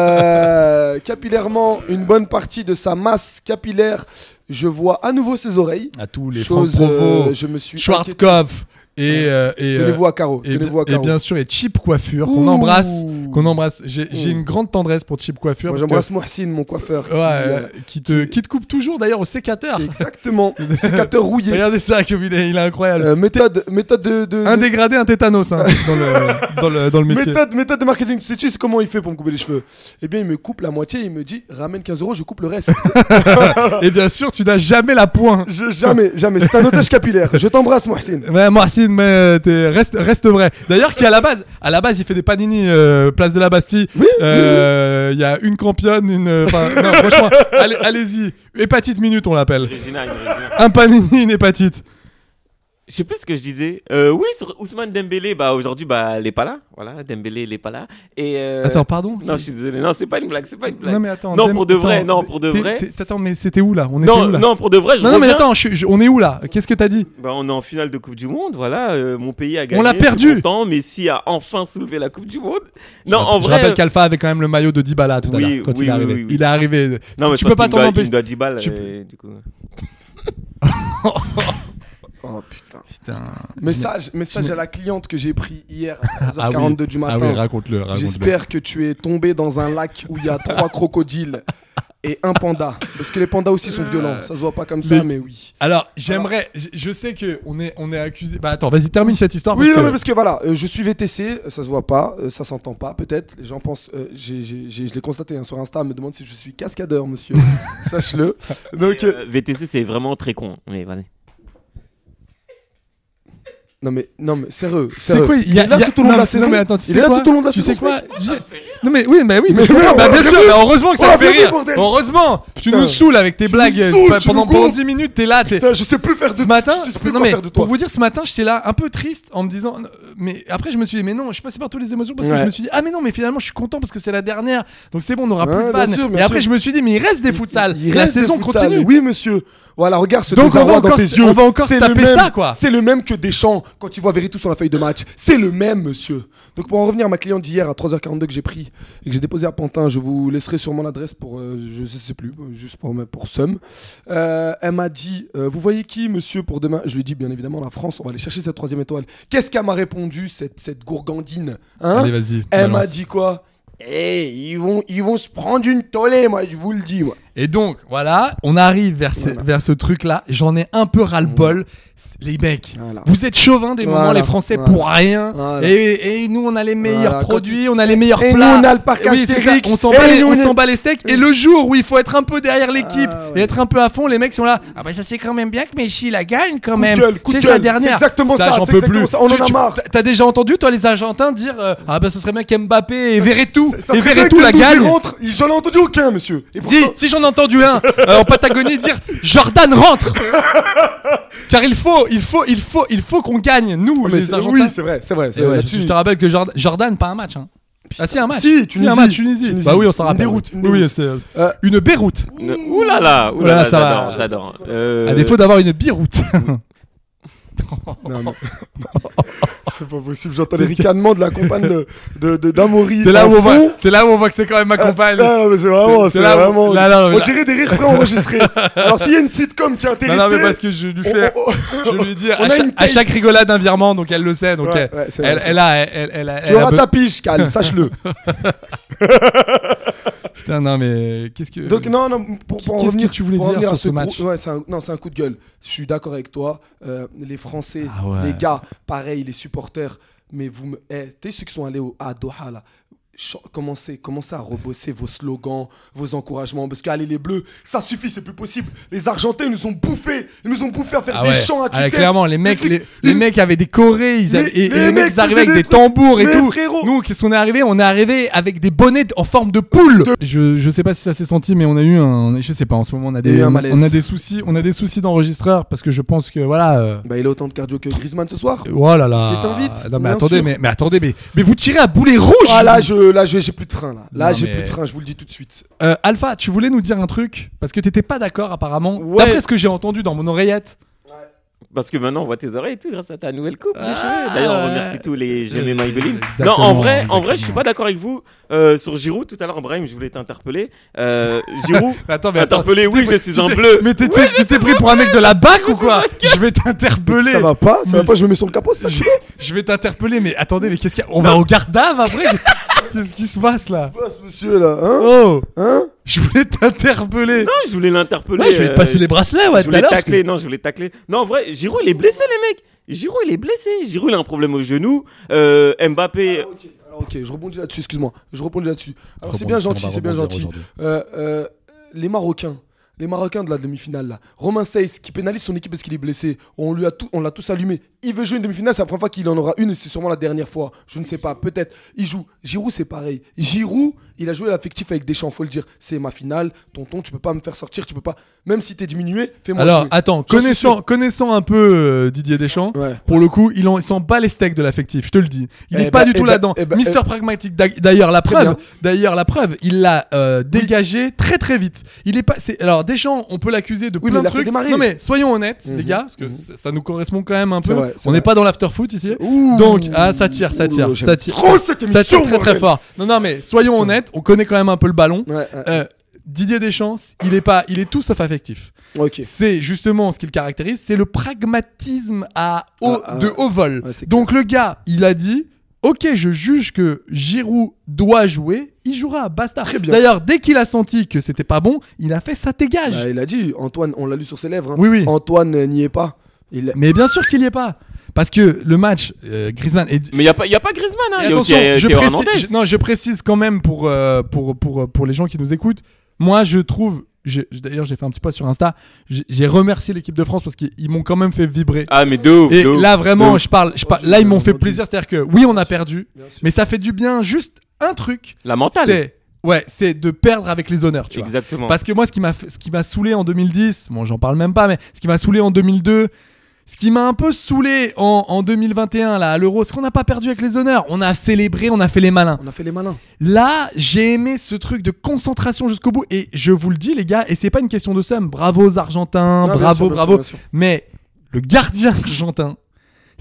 Speaker 9: euh, capillairement une bonne partie de sa masse capillaire. Je vois à nouveau ses oreilles.
Speaker 10: Eh
Speaker 8: À tous les Franck
Speaker 9: Chose,
Speaker 8: Provo,
Speaker 9: euh, je me suis. inquiété.
Speaker 8: Schwarzkopf et. euh, et, euh,
Speaker 9: Tenez-vous à carreau.
Speaker 8: et,
Speaker 9: Tenez-vous à
Speaker 8: bi- et
Speaker 9: carreau.
Speaker 8: bien sûr, et Chip Coiffure, qu'on
Speaker 9: Ouh.
Speaker 8: embrasse. Qu'on embrasse. J'ai j'ai
Speaker 9: Ouh.
Speaker 8: une grande tendresse pour Chip Coiffure.
Speaker 9: Moi,
Speaker 8: parce que-
Speaker 9: j'embrasse Mohsin, mon coiffeur. qui,
Speaker 8: Ouais,
Speaker 9: euh,
Speaker 8: euh, qui, te, qui te coupe toujours d'ailleurs au sécateur.
Speaker 9: Exactement. Sécateur rouillé.
Speaker 8: Regardez ça, comme il est, il est incroyable.
Speaker 9: Euh, méthode, méthode de, de-
Speaker 8: un
Speaker 9: de-
Speaker 8: dégradé, un tétanos hein, dans, le, dans, le, dans le métier.
Speaker 9: Méthode, méthode de marketing, tu sais-tu c'est comment il fait pour me couper les cheveux Eh bien, il me coupe la moitié, il me dit ramène 15 euros, je coupe le reste.
Speaker 8: Et bien sûr, tu n'as jamais la pointe.
Speaker 9: Je- jamais, jamais. C'est un otage capillaire. Je t'embrasse, Mohsin.
Speaker 8: Ouais, Marcin, une ma- euh, t'es- reste reste vrai. D'ailleurs qui à la base à la base il fait des panini euh, place de la Bastille. Euh, il y a une campionne une euh, enfin, non, franchement allez allez-y hépatite minute on l'appelle.
Speaker 10: Regina, une Regina.
Speaker 8: Un panini une hépatite.
Speaker 10: Je sais plus ce que je disais. Euh, oui, sur Ousmane Dembélé, bah aujourd'hui, bah, il est pas là. Voilà, Dembélé, il est pas là. Et euh,
Speaker 8: Attends pardon.
Speaker 10: Non, je suis désolé. Non, c'est pas une blague, c'est pas une blague.
Speaker 8: Non mais attends.
Speaker 10: Non,
Speaker 8: Dem-
Speaker 10: pour de vrai,
Speaker 8: attends,
Speaker 10: non, pour de
Speaker 8: t'es-
Speaker 10: vrai.
Speaker 8: t'es- Attends mais c'était où là On était
Speaker 10: Non,
Speaker 8: où là
Speaker 10: non, pour de vrai, je
Speaker 8: Non, non, mais
Speaker 10: reviens.
Speaker 8: attends, je- je- on est où là Qu'est-ce que t'as dit
Speaker 10: Bah, on est en finale de Coupe du Monde, voilà. euh, mon pays a gagné.
Speaker 8: l'a
Speaker 10: je suis
Speaker 8: perdu.
Speaker 10: Content, Messi a enfin soulevé la Coupe du Monde. Non, en
Speaker 8: Je
Speaker 10: vrai. euh,
Speaker 8: rappelle qu'Alpha avait quand même le maillot de Dybala tout à
Speaker 10: Oui,
Speaker 8: l'heure quand
Speaker 10: oui,
Speaker 8: il est
Speaker 10: oui,
Speaker 8: arrivé.
Speaker 10: oui, oui.
Speaker 8: Il est arrivé.
Speaker 10: Non,
Speaker 8: Si
Speaker 10: mais
Speaker 8: tu peux pas
Speaker 10: parce qu'il me
Speaker 8: t'en
Speaker 10: doit-
Speaker 8: empêcher.
Speaker 10: Il me doit 10 balles.
Speaker 8: Tu
Speaker 10: euh, du coup.
Speaker 9: Oh putain.
Speaker 8: Putain.
Speaker 9: Message, message à la cliente que j'ai pris hier à
Speaker 8: Ah oui.
Speaker 9: 11h42 du matin.
Speaker 8: Ah oui, raconte-le. raconte-le.
Speaker 9: J'espère que tu es tombé dans un lac où il y a trois crocodiles et un panda. Parce que les pandas aussi sont violents. Ça se voit pas comme ça,
Speaker 8: Mais-
Speaker 9: mais oui.
Speaker 8: Alors, j'aimerais. je- Je sais que on est, on est accusé. Bah attends, vas-y, termine cette histoire.
Speaker 9: Oui,
Speaker 8: parce
Speaker 9: non,
Speaker 8: que-
Speaker 9: mais parce que voilà, euh, je suis VTC, euh, ça se voit pas, euh, ça s'entend pas, peut-être. Les gens pensent, euh, j'ai- j'ai- j'ai- je l'ai constaté hein, sur Insta, elle me demande si je suis cascadeur, monsieur. Sache-le. Donc, euh,
Speaker 10: Euh, VTC, c'est vraiment très con. Mais voilà.
Speaker 9: non, mais, non, mais sérieux.
Speaker 8: C'est quoi Il y a,
Speaker 9: Euh, là
Speaker 8: il y a-
Speaker 9: tout au long de
Speaker 8: non,
Speaker 9: la
Speaker 8: mais-
Speaker 9: saison.
Speaker 8: Non, mais attends, tu
Speaker 9: Il
Speaker 8: sais
Speaker 9: est là
Speaker 8: quoi
Speaker 9: tout au long de la
Speaker 8: Tu
Speaker 9: saison,
Speaker 8: sais quoi Tu sais- Non mais oui, mais oui, mais,
Speaker 9: oui, on
Speaker 8: bah,
Speaker 9: l'a
Speaker 8: bien
Speaker 9: fait
Speaker 8: sûr,
Speaker 9: rire.
Speaker 8: bah, heureusement que
Speaker 9: On
Speaker 8: ça
Speaker 9: l'a
Speaker 8: te fait
Speaker 9: fait rire,
Speaker 8: rire.
Speaker 9: bordel.
Speaker 8: Heureusement, tu
Speaker 9: Putain.
Speaker 8: nous saoules avec tes
Speaker 9: Tu
Speaker 8: blagues
Speaker 9: nous saoules,
Speaker 8: euh,
Speaker 9: tu
Speaker 8: pendant
Speaker 9: nous gonfles.
Speaker 8: pendant 10 minutes, t'es là, t'es
Speaker 9: je sais plus faire de
Speaker 8: ce matin,
Speaker 9: je sais
Speaker 8: c'est-
Speaker 9: plus
Speaker 8: non
Speaker 9: quoi
Speaker 8: mais
Speaker 9: faire de
Speaker 8: pour
Speaker 9: toi.
Speaker 8: vous dire, ce matin, j'étais là un peu triste en me disant, euh, mais après je me suis dit, mais non, je suis passé par toutes les émotions parce que
Speaker 9: Ouais.
Speaker 8: je me suis dit, ah mais non, mais finalement je suis content parce que c'est la dernière, donc c'est bon, on n'aura
Speaker 9: Ouais,
Speaker 8: plus de
Speaker 9: bien
Speaker 8: fans.
Speaker 9: sûr, bien
Speaker 8: Et après
Speaker 9: sûr.
Speaker 8: je me suis dit, mais il reste des futsal,
Speaker 9: Il
Speaker 8: la
Speaker 9: reste des
Speaker 8: saison
Speaker 9: foot sales.
Speaker 8: continue.
Speaker 9: Oui, monsieur. Voilà, regarde ce
Speaker 8: Donc, on va
Speaker 9: désarroi dans
Speaker 8: encore
Speaker 9: tes
Speaker 8: se-
Speaker 9: yeux.
Speaker 8: on va encore
Speaker 9: C'est
Speaker 8: se
Speaker 9: le
Speaker 8: taper
Speaker 9: même-
Speaker 8: ça, quoi.
Speaker 9: C'est le même que Deschamps quand il voit Verretou sur la feuille de match. C'est le même, monsieur. Donc, pour en revenir à ma cliente d'hier à 3h42 que j'ai pris et que j'ai déposé à Pantin, je vous laisserai sur mon adresse pour, euh, je sais- sais plus, euh, juste pour, pour Somme. Euh, elle m'a dit, euh, vous voyez qui, monsieur, pour demain Je lui ai dit, bien évidemment, la France, on va aller chercher cette troisième étoile. Qu'est-ce qu'elle m'a répondu, cette, cette gourgandine hein
Speaker 8: Allez, vas-y.
Speaker 9: Elle m'a
Speaker 8: balance.
Speaker 9: dit quoi Eh, ils vont, ils vont se prendre une tollée, moi, je vous le dis, moi.
Speaker 8: Et donc, voilà, on arrive vers, ce- vers ce truc-là. J'en ai un peu ras-le-bol. C'est- Les mecs,
Speaker 9: Voilà.
Speaker 8: vous êtes chauvins des moments,
Speaker 9: Voilà,
Speaker 8: les Français,
Speaker 9: voilà.
Speaker 8: pour rien.
Speaker 9: Voilà.
Speaker 8: Et, et nous, on a les meilleurs
Speaker 9: Voilà, quand
Speaker 8: produits,
Speaker 9: tu-
Speaker 8: on a les meilleurs
Speaker 9: et
Speaker 8: plats.
Speaker 9: nous, on a le parc
Speaker 8: Oui, c'est ça,
Speaker 9: Astérix.
Speaker 8: on s'en
Speaker 9: Et
Speaker 8: bat, les-
Speaker 9: nous,
Speaker 8: on
Speaker 9: on est-
Speaker 8: s'en bat les steaks. Et le jour où il faut être un peu derrière l'équipe
Speaker 9: Ah,
Speaker 8: et
Speaker 9: ouais.
Speaker 8: être un peu à fond, les mecs sont là. Ah bah ça, c'est quand même bien que Messi la gagne quand
Speaker 9: de
Speaker 8: même.
Speaker 9: gueule, coup de
Speaker 8: C'est
Speaker 9: gueule.
Speaker 8: sa dernière.
Speaker 9: C'est exactement ça,
Speaker 8: j'en
Speaker 9: c'est
Speaker 8: peux
Speaker 9: exactement
Speaker 8: plus.
Speaker 9: ça, on en
Speaker 8: Tu-
Speaker 9: a
Speaker 8: tu-
Speaker 9: marre.
Speaker 8: T'as déjà entendu, toi, les Argentins dire euh, Ah bah ça serait bien qu'Mbappé et Verretou.
Speaker 9: Ça
Speaker 8: Et
Speaker 9: serait bien
Speaker 8: Verretou
Speaker 9: que
Speaker 8: la
Speaker 9: nous y
Speaker 8: gagne.
Speaker 9: rentre. J'en ai entendu aucun, monsieur. Et
Speaker 8: Si,
Speaker 9: pourtant-
Speaker 8: si j'en ai entendu un euh, en Patagonie dire Jordan rentre Car il faut, il faut, il faut, il faut qu'on gagne, nous,
Speaker 9: Mais
Speaker 8: les
Speaker 9: c'est-
Speaker 8: Argentins.
Speaker 9: oui, c'est vrai, c'est vrai. c'est
Speaker 8: Et Eh ouais,
Speaker 9: vrai,
Speaker 8: je,
Speaker 9: là-dessus.
Speaker 8: je te rappelle que Jordan, Jordan, pas un match. Hein. Ah si, un match.
Speaker 9: Si, Tunisie.
Speaker 8: un match, Tunisie.
Speaker 9: Tunisie.
Speaker 8: Bah oui, on s'en
Speaker 9: Une
Speaker 8: rappelle.
Speaker 9: déroute, une
Speaker 8: oui, oui,
Speaker 9: déroute.
Speaker 8: c'est euh,
Speaker 9: Euh,
Speaker 8: une Beyrouth.
Speaker 10: Ouh là là, ouh là
Speaker 8: Voilà,
Speaker 10: là,
Speaker 8: ça va.
Speaker 10: j'adore, j'adore. Euh,
Speaker 8: À défaut Ah, d'avoir une Beyrouth.
Speaker 9: euh, Non, mais- c'est pas possible, j'entends les ricanements de la compagne de, de, de- d'Amaury.
Speaker 8: c'est là
Speaker 9: en
Speaker 8: où on voit,
Speaker 9: fond.
Speaker 8: c'est là où on voit que c'est quand même ma compagne.
Speaker 9: Ah, mais c'est
Speaker 8: C'est-
Speaker 9: vraiment, c'est,
Speaker 8: c'est là où-
Speaker 9: vraiment.
Speaker 8: là, là,
Speaker 9: on
Speaker 8: là.
Speaker 9: dirait des rires préenregistrés. Alors, s'il y a une sitcom qui est
Speaker 8: non,
Speaker 9: intéressée.
Speaker 8: non, mais parce que je lui fais,
Speaker 9: on- on-
Speaker 8: je lui dis
Speaker 9: on
Speaker 8: à,
Speaker 9: a
Speaker 8: chaque-
Speaker 9: une
Speaker 8: à chaque rigolade un virement, donc elle le sait, donc
Speaker 9: Ouais,
Speaker 8: elle,
Speaker 9: ouais, c'est vrai,
Speaker 8: elle,
Speaker 9: c'est
Speaker 8: elle a, elle, elle, elle a-
Speaker 9: Tu
Speaker 8: elle a
Speaker 9: auras
Speaker 8: be-
Speaker 9: ta piche, Cal, sache-le.
Speaker 8: Putain, non, mais qu'est-ce que.
Speaker 9: Donc non, non, pour, pour en
Speaker 8: Qu'est-ce que
Speaker 9: revenir,
Speaker 8: tu voulais
Speaker 9: pour en
Speaker 8: dire
Speaker 9: revenir
Speaker 8: sur
Speaker 9: à
Speaker 8: ce match
Speaker 9: gros- ouais, c'est un, non, c'est un coup de gueule. Je suis d'accord avec toi. Euh, les Français,
Speaker 8: Ah ouais.
Speaker 9: les gars, pareil, les supporters. Mais vous me, eh, t'es ceux qui sont allés au, à Doha là. ch- Commencez, commencez à rebosser vos slogans, vos encouragements, parce qu'allez les bleus, ça suffit, c'est plus possible. Les Argentins ils nous ont bouffés, ils nous ont bouffés à faire
Speaker 8: Ah
Speaker 9: des
Speaker 8: ouais.
Speaker 9: chants à
Speaker 8: Ah,
Speaker 9: tue-tête.
Speaker 8: clairement, les mecs,
Speaker 9: Des
Speaker 8: les,
Speaker 9: trucs-
Speaker 8: les
Speaker 9: une-
Speaker 8: mecs avaient des chorés, ils avaient- et, et
Speaker 9: les
Speaker 8: les
Speaker 9: mecs
Speaker 8: mecs arrivaient avec
Speaker 9: faisaient
Speaker 8: des
Speaker 9: des trucs.
Speaker 8: tambours et
Speaker 9: Mais
Speaker 8: tout.
Speaker 9: frérot.
Speaker 8: Nous, qu'est-ce qu'on est arrivé On est arrivé avec des bonnets en forme de poule. Je, je sais pas si ça s'est senti, mais on a eu un, je sais pas, en ce moment, on a
Speaker 9: Il
Speaker 8: des,
Speaker 9: y a eu un
Speaker 8: on,
Speaker 9: malaise.
Speaker 8: a des soucis, on a des soucis d'enregistreur parce que je pense que voilà. euh,
Speaker 9: Bah il a autant de cardio que Griezmann ce soir.
Speaker 8: Oh là là.
Speaker 9: C'est un vite,
Speaker 8: Non mais
Speaker 9: bien
Speaker 8: attendez,
Speaker 9: sûr.
Speaker 8: mais, mais attendez, mais, mais vous tirez à boulet rouge.
Speaker 9: Ah là je, là je- j'ai plus de frein là. Là
Speaker 8: Non,
Speaker 9: j'ai
Speaker 8: mais-
Speaker 9: plus de frein, je vous le dis tout de suite.
Speaker 8: Euh, Alpha, tu voulais nous dire un truc parce que t'étais pas d'accord apparemment.
Speaker 10: Ouais.
Speaker 8: D'après ce que j'ai entendu dans mon oreillette.
Speaker 10: Parce que maintenant on voit tes oreilles et tout grâce à ta nouvelle coupe. de cheveux. D'ailleurs on remercie tous les Jérémy Maybelline. Non
Speaker 8: Ah. Exactement,
Speaker 10: en vrai, en vrai je suis
Speaker 8: exactement.
Speaker 10: pas d'accord avec vous euh, sur Giroud. Tout à l'heure Brahim je voulais t'interpeller. Euh, Giroud,
Speaker 8: Attends, mais attends,
Speaker 10: interpeller oui je suis
Speaker 8: Tu
Speaker 10: un
Speaker 8: t'es-
Speaker 10: bleu.
Speaker 8: Mais t'es- t'es- tu t'es pris pour un mec de la BAC ou quoi Je vais t'interpeller.
Speaker 9: Ça va pas, ça va
Speaker 8: Mais-
Speaker 9: pas, je me mets sur le capot, ça tu
Speaker 8: Je vais t'interpeller, mais attendez, mais qu'est-ce qu'il y a On va au Gardave après Qu'est-ce qui se passe là
Speaker 9: passes monsieur là, hein
Speaker 8: Oh
Speaker 9: Hein
Speaker 8: Je voulais t'interpeller.
Speaker 10: Non je voulais l'interpeller.
Speaker 8: Ouais, je vais te
Speaker 10: euh,
Speaker 8: passer les bracelets, ouais,
Speaker 10: je
Speaker 8: tout à
Speaker 10: voulais
Speaker 8: l'heure. parce
Speaker 10: tacler, non, je voulais tacler. Non, en vrai, Giroud, il est blessé, les mecs. Giroud, il est blessé. Giroud, il a un problème au genou. Euh, Mbappé.
Speaker 9: Ok, alors ok, je rebondis là-dessus, excuse-moi. Je rebondis là-dessus. Alors
Speaker 11: Rebondissons,
Speaker 9: c'est bien
Speaker 11: on
Speaker 9: gentil,
Speaker 11: va
Speaker 9: c'est bien
Speaker 11: rebondir
Speaker 9: gentil.
Speaker 11: aujourd'hui.
Speaker 9: Euh, euh, les Marocains, les Marocains de la demi-finale là. Romain Seyss qui pénalise son équipe parce qu'il est blessé. On lui a tout, on l'a tous allumé. Il veut jouer une demi-finale, c'est la première fois qu'il en aura une et c'est sûrement la dernière fois. Je ne sais pas, peut-être. Il joue. Giroud c'est pareil. Giroud, il a joué à l'affectif avec Deschamps, faut le dire. C'est ma finale, tonton, tu peux pas me faire sortir, tu peux pas. Même si t'es diminué, fais-moi.
Speaker 8: Alors,
Speaker 9: jouer.
Speaker 8: attends,
Speaker 9: J'en suis
Speaker 8: connaissant,
Speaker 9: sûr.
Speaker 8: connaissant un peu euh, Didier Deschamps,
Speaker 9: Ouais.
Speaker 8: pour le coup, il, en, il s'en bat les steaks de l'affectif, je te le dis. Il
Speaker 9: Eh
Speaker 8: n'est pas
Speaker 9: ben,
Speaker 8: du
Speaker 9: eh
Speaker 8: tout
Speaker 9: ben,
Speaker 8: là-dedans.
Speaker 9: eh ben,
Speaker 8: Mister
Speaker 9: eh-
Speaker 8: Pragmatique, d'a- d'ailleurs, la preuve,
Speaker 9: bien.
Speaker 8: d'ailleurs, la preuve, il l'a euh, dégagé très très vite. Il est pas, c'est- alors, Deschamps, on peut l'accuser de
Speaker 9: Oui,
Speaker 8: plein
Speaker 9: mais il
Speaker 8: de
Speaker 9: l'a fait
Speaker 8: trucs.
Speaker 9: démarrer.
Speaker 8: Non, mais soyons honnêtes, les gars, parce que ça, ça nous correspond quand même un peu.
Speaker 9: vrai, c'est
Speaker 8: on n'est
Speaker 9: vrai.
Speaker 8: pas dans l'afterfoot ici.
Speaker 9: Ouh.
Speaker 8: Donc, ah, ça tire, ça tire,
Speaker 9: Ouh,
Speaker 8: ça
Speaker 9: j'aime
Speaker 8: tire.
Speaker 9: trop
Speaker 8: ça-
Speaker 9: cette
Speaker 8: ça tire
Speaker 9: émission,
Speaker 8: très très
Speaker 9: bordel.
Speaker 8: fort. Non, non, mais soyons honnêtes, on connaît quand même un peu le ballon.
Speaker 9: Ouais, ouais.
Speaker 8: Euh, Didier Deschamps, il est pas, il est tout sauf affectif.
Speaker 9: Ok.
Speaker 8: C'est justement ce qu'il caractérise, c'est le pragmatisme à haut,
Speaker 9: Ah, ah,
Speaker 8: de haut vol.
Speaker 9: ouais, c'est clair.
Speaker 8: Donc le gars, il a dit Ok, je juge que Giroud doit jouer, il jouera, basta.
Speaker 9: bien.
Speaker 8: D'ailleurs, dès qu'il a senti que c'était pas bon, il a fait sa dégage.
Speaker 9: Bah, il a dit Antoine, on l'a lu sur ses lèvres. hein.
Speaker 8: Oui, oui.
Speaker 9: Antoine euh, n'y est pas. Il...
Speaker 8: Mais bien sûr qu'il y est pas. Parce que le match, euh, Griezmann. est-
Speaker 10: Mais il n'y a, pas- y a pas Griezmann, hein.
Speaker 8: Et
Speaker 10: Il y a aussi
Speaker 8: attention,
Speaker 10: euh,
Speaker 8: je
Speaker 10: Théo
Speaker 8: précise,
Speaker 10: Hernandez.
Speaker 8: je- non, je précise quand même pour, euh, pour, pour, pour les gens qui nous écoutent. Moi, je trouve. j'ai- D'ailleurs, j'ai fait un petit post sur Insta. J'ai j'ai remercié l'équipe de France parce qu'ils ils m'ont quand même fait vibrer.
Speaker 10: Ah, mais de ouf,
Speaker 8: Et
Speaker 10: de ouf.
Speaker 8: là, vraiment, je parle, je parle. Là, ils m'ont fait
Speaker 9: entendu.
Speaker 8: plaisir. C'est-à-dire que oui, on a perdu, mais ça fait du bien juste un truc.
Speaker 10: La mentale.
Speaker 8: C'est ouais, c'est de perdre avec les honneurs, tu vois.
Speaker 10: Exactement.
Speaker 8: Parce que moi, ce qui m'a, ce qui m'a saoulé en 2010, bon, j'en parle même pas, mais ce qui m'a saoulé en 2002, ce qui m'a un peu saoulé en, en 2021 là à l'Euro, c'est qu'on n'a pas perdu avec les honneurs. On a célébré, on a fait les malins.
Speaker 9: On a fait les malins.
Speaker 8: Là, j'ai aimé ce truc de concentration jusqu'au bout. Et je vous le dis, les gars, et c'est pas une question de somme. Bravo aux Argentins,
Speaker 9: Ah, bien
Speaker 8: bravo,
Speaker 9: sûr, bien
Speaker 8: bravo.
Speaker 9: sûr, bien sûr.
Speaker 8: Mais le gardien argentin,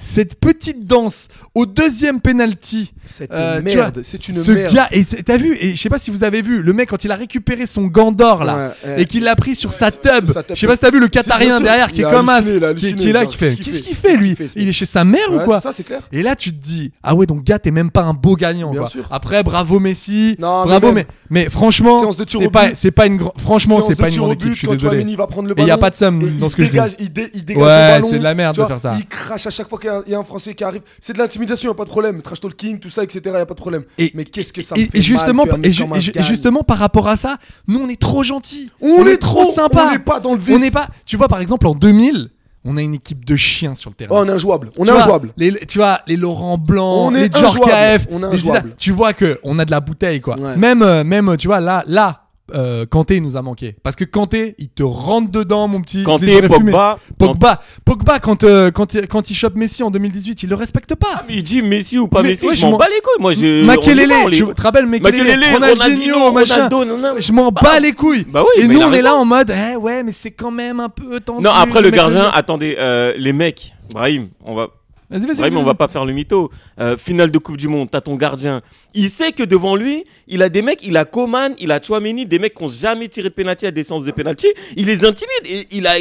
Speaker 8: cette petite danse au deuxième penalty. euh,
Speaker 9: Cette
Speaker 8: tu
Speaker 9: merde,
Speaker 8: vois,
Speaker 9: c'est une
Speaker 8: ce
Speaker 9: merde.
Speaker 8: Gars, et c'est- t'as vu, et je sais pas si vous avez vu, le mec quand il a récupéré son gant d'or là,
Speaker 9: Ouais, ouais.
Speaker 8: et qu'il l'a pris sur sa tub.
Speaker 9: sur sa tub.
Speaker 8: Je sais pas si t'as vu le
Speaker 9: bien
Speaker 8: Qatarien
Speaker 9: sûr.
Speaker 8: derrière qui
Speaker 9: Il
Speaker 8: est
Speaker 9: a
Speaker 8: comme as,
Speaker 9: halluciné, il a
Speaker 8: qui, qui
Speaker 9: halluciné,
Speaker 8: est là,
Speaker 9: genre,
Speaker 8: qui fait.
Speaker 9: qu'est-ce qu'il
Speaker 8: Qu'est-ce
Speaker 9: fait
Speaker 8: qu'il fait lui
Speaker 9: Qu'est-ce qu'il fait, ce
Speaker 8: Il est chez sa mère ou
Speaker 9: Ouais,
Speaker 8: quoi
Speaker 9: ça, c'est clair.
Speaker 8: et là, tu te dis, ah ouais, donc gars, t'es même pas un beau gagnant.
Speaker 9: Bien
Speaker 8: quoi.
Speaker 9: sûr.
Speaker 8: Après, bravo Messi,
Speaker 9: Non, mais
Speaker 8: bravo, mais,
Speaker 9: même-
Speaker 8: mais, franchement,
Speaker 9: Séance de tir
Speaker 8: c'est
Speaker 9: au
Speaker 8: pas,
Speaker 9: but.
Speaker 8: c'est pas une grande, franchement,
Speaker 9: Séance
Speaker 8: c'est
Speaker 9: de
Speaker 8: pas une
Speaker 9: tir au
Speaker 8: grande équipe.
Speaker 9: but,
Speaker 8: Je suis
Speaker 9: quand
Speaker 8: désolé.
Speaker 9: Tchouaméni va prendre le
Speaker 8: Et y a
Speaker 9: ballon,
Speaker 8: pas de somme
Speaker 9: et il
Speaker 8: dans ce que je dis.
Speaker 9: dégage, Il, dé- il dégage
Speaker 8: Ouais,
Speaker 9: le ballon,
Speaker 8: c'est de la merde
Speaker 9: tu
Speaker 8: de
Speaker 9: vois,
Speaker 8: faire ça.
Speaker 9: Il crache à chaque fois qu'il y a un- il y, a un Français qui arrive. C'est de l'intimidation, y a pas de problème. Trash talking, tout ça, etc. Y a pas de problème.
Speaker 8: Et-
Speaker 9: mais qu'est-ce que ça me
Speaker 8: Et,
Speaker 9: fait
Speaker 8: et justement,
Speaker 9: mal, que
Speaker 8: et,
Speaker 9: un
Speaker 8: ju-
Speaker 9: mec
Speaker 8: et
Speaker 9: comme
Speaker 8: ju-
Speaker 9: Afghan-
Speaker 8: et justement, par rapport à ça, nous, on est trop gentils.
Speaker 9: On est trop-
Speaker 8: sympa.
Speaker 9: on n'est pas dans le vice.
Speaker 8: On n'est pas. Tu vois, par exemple, en 2000, on a une équipe de chiens sur le terrain.
Speaker 9: Oh, on est injouable. On
Speaker 8: Tu
Speaker 9: est
Speaker 8: vois,
Speaker 9: injouable.
Speaker 8: Les, tu vois, les Laurent Blanc,
Speaker 9: On
Speaker 8: les
Speaker 9: est
Speaker 8: Georges
Speaker 9: injouable.
Speaker 8: KF,
Speaker 9: On est
Speaker 8: les Zidane.
Speaker 9: injouable.
Speaker 8: Tu vois que on a de la bouteille, quoi.
Speaker 9: Ouais.
Speaker 8: Même, euh, même, tu vois, là, là. Euh, Kanté il nous a manqué parce que Kanté il te rentre dedans mon petit
Speaker 10: Kanté,
Speaker 8: je les aurais fumés.
Speaker 10: Pogba,
Speaker 8: Pogba Pogba quand euh, quand, il- quand il chope Messi en 2018 il le respecte pas
Speaker 10: Mais il dit Messi ou pas
Speaker 8: Mais-
Speaker 10: Messi,
Speaker 8: ouais,
Speaker 10: je m'en bats les couilles. Ah, Moi, je.
Speaker 8: Makelele,
Speaker 10: on est pas, on est-
Speaker 8: tu te rappelles Makelele,
Speaker 10: Makelele,
Speaker 8: Ronaldinho,
Speaker 10: Ronaldinho,
Speaker 8: machin.
Speaker 10: Ronaldo, non, non.
Speaker 8: Je m'en
Speaker 10: Bah,
Speaker 8: bats les couilles.
Speaker 10: bah oui,
Speaker 8: et
Speaker 10: bah
Speaker 8: nous
Speaker 10: il a
Speaker 8: on est
Speaker 10: raison.
Speaker 8: là en mode eh, ouais mais c'est quand même un peu tendu.
Speaker 10: Non, après le
Speaker 8: mec,
Speaker 10: gardien, attendez, euh, les mecs, Brahim, on va.
Speaker 8: Vas-y vas-y.
Speaker 10: Brahim,
Speaker 8: vas-y.
Speaker 10: on va pas faire le mytho. Euh, finale de Coupe du Monde, t'as ton gardien. Il sait que devant lui, il a des mecs, il a Coman, il a Chouameni, des mecs qui ont jamais tiré de penalty à des séances de penalty. Il les intimide et il a,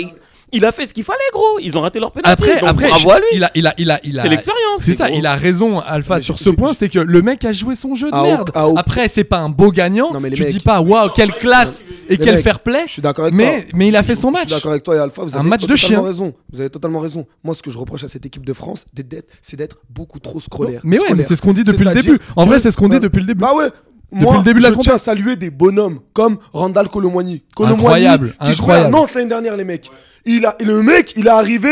Speaker 10: il a fait ce qu'il fallait, gros. Ils ont raté leur penalty.
Speaker 8: Après,
Speaker 10: donc
Speaker 8: après,
Speaker 10: bravo
Speaker 8: je-
Speaker 10: à lui.
Speaker 8: il a, il a, il a, il a.
Speaker 10: C'est l'expérience,
Speaker 8: C'est
Speaker 10: c'est
Speaker 8: ça,
Speaker 10: gros.
Speaker 8: il a raison, Alpha,
Speaker 9: mais
Speaker 8: sur
Speaker 9: je-
Speaker 8: ce
Speaker 9: je-
Speaker 8: point, c'est que le mec a joué son jeu de
Speaker 9: Ah, au-
Speaker 8: merde.
Speaker 9: ah, au-
Speaker 8: Après, c'est pas un beau gagnant.
Speaker 9: Non, mais les
Speaker 8: tu
Speaker 9: mecs-
Speaker 8: dis pas, waouh, quelle classe et
Speaker 9: Les
Speaker 8: quel
Speaker 9: mecs,
Speaker 8: fair play.
Speaker 9: je suis d'accord avec
Speaker 8: mais,
Speaker 9: toi.
Speaker 8: mais il a fait son
Speaker 9: Je suis
Speaker 8: match.
Speaker 9: d'accord avec toi et Alpha, vous
Speaker 8: Un
Speaker 9: avez
Speaker 8: match de
Speaker 9: totalement
Speaker 8: chien.
Speaker 9: raison. Vous avez totalement raison. Moi, ce que je reproche à cette équipe de France, des dettes, c'est d'être beaucoup trop scolaire.
Speaker 8: Mais ouais, mais
Speaker 9: Scolaire.
Speaker 8: c'est ce qu'on dit depuis le
Speaker 9: C'est-à-dire
Speaker 8: début. En vrai,
Speaker 9: que-
Speaker 8: c'est ce qu'on dit
Speaker 9: Voilà.
Speaker 8: depuis le début.
Speaker 9: Bah ouais.
Speaker 8: Depuis
Speaker 9: Moi,
Speaker 8: le début de la
Speaker 9: je
Speaker 8: compète.
Speaker 9: tiens à saluer des bonhommes comme Randall Colomwani. Colomwani
Speaker 8: Incroyable,
Speaker 9: qui jouait à
Speaker 8: incroyable.
Speaker 9: Nantes l'année dernière, les mecs. Il a, et le mec, il est arrivé,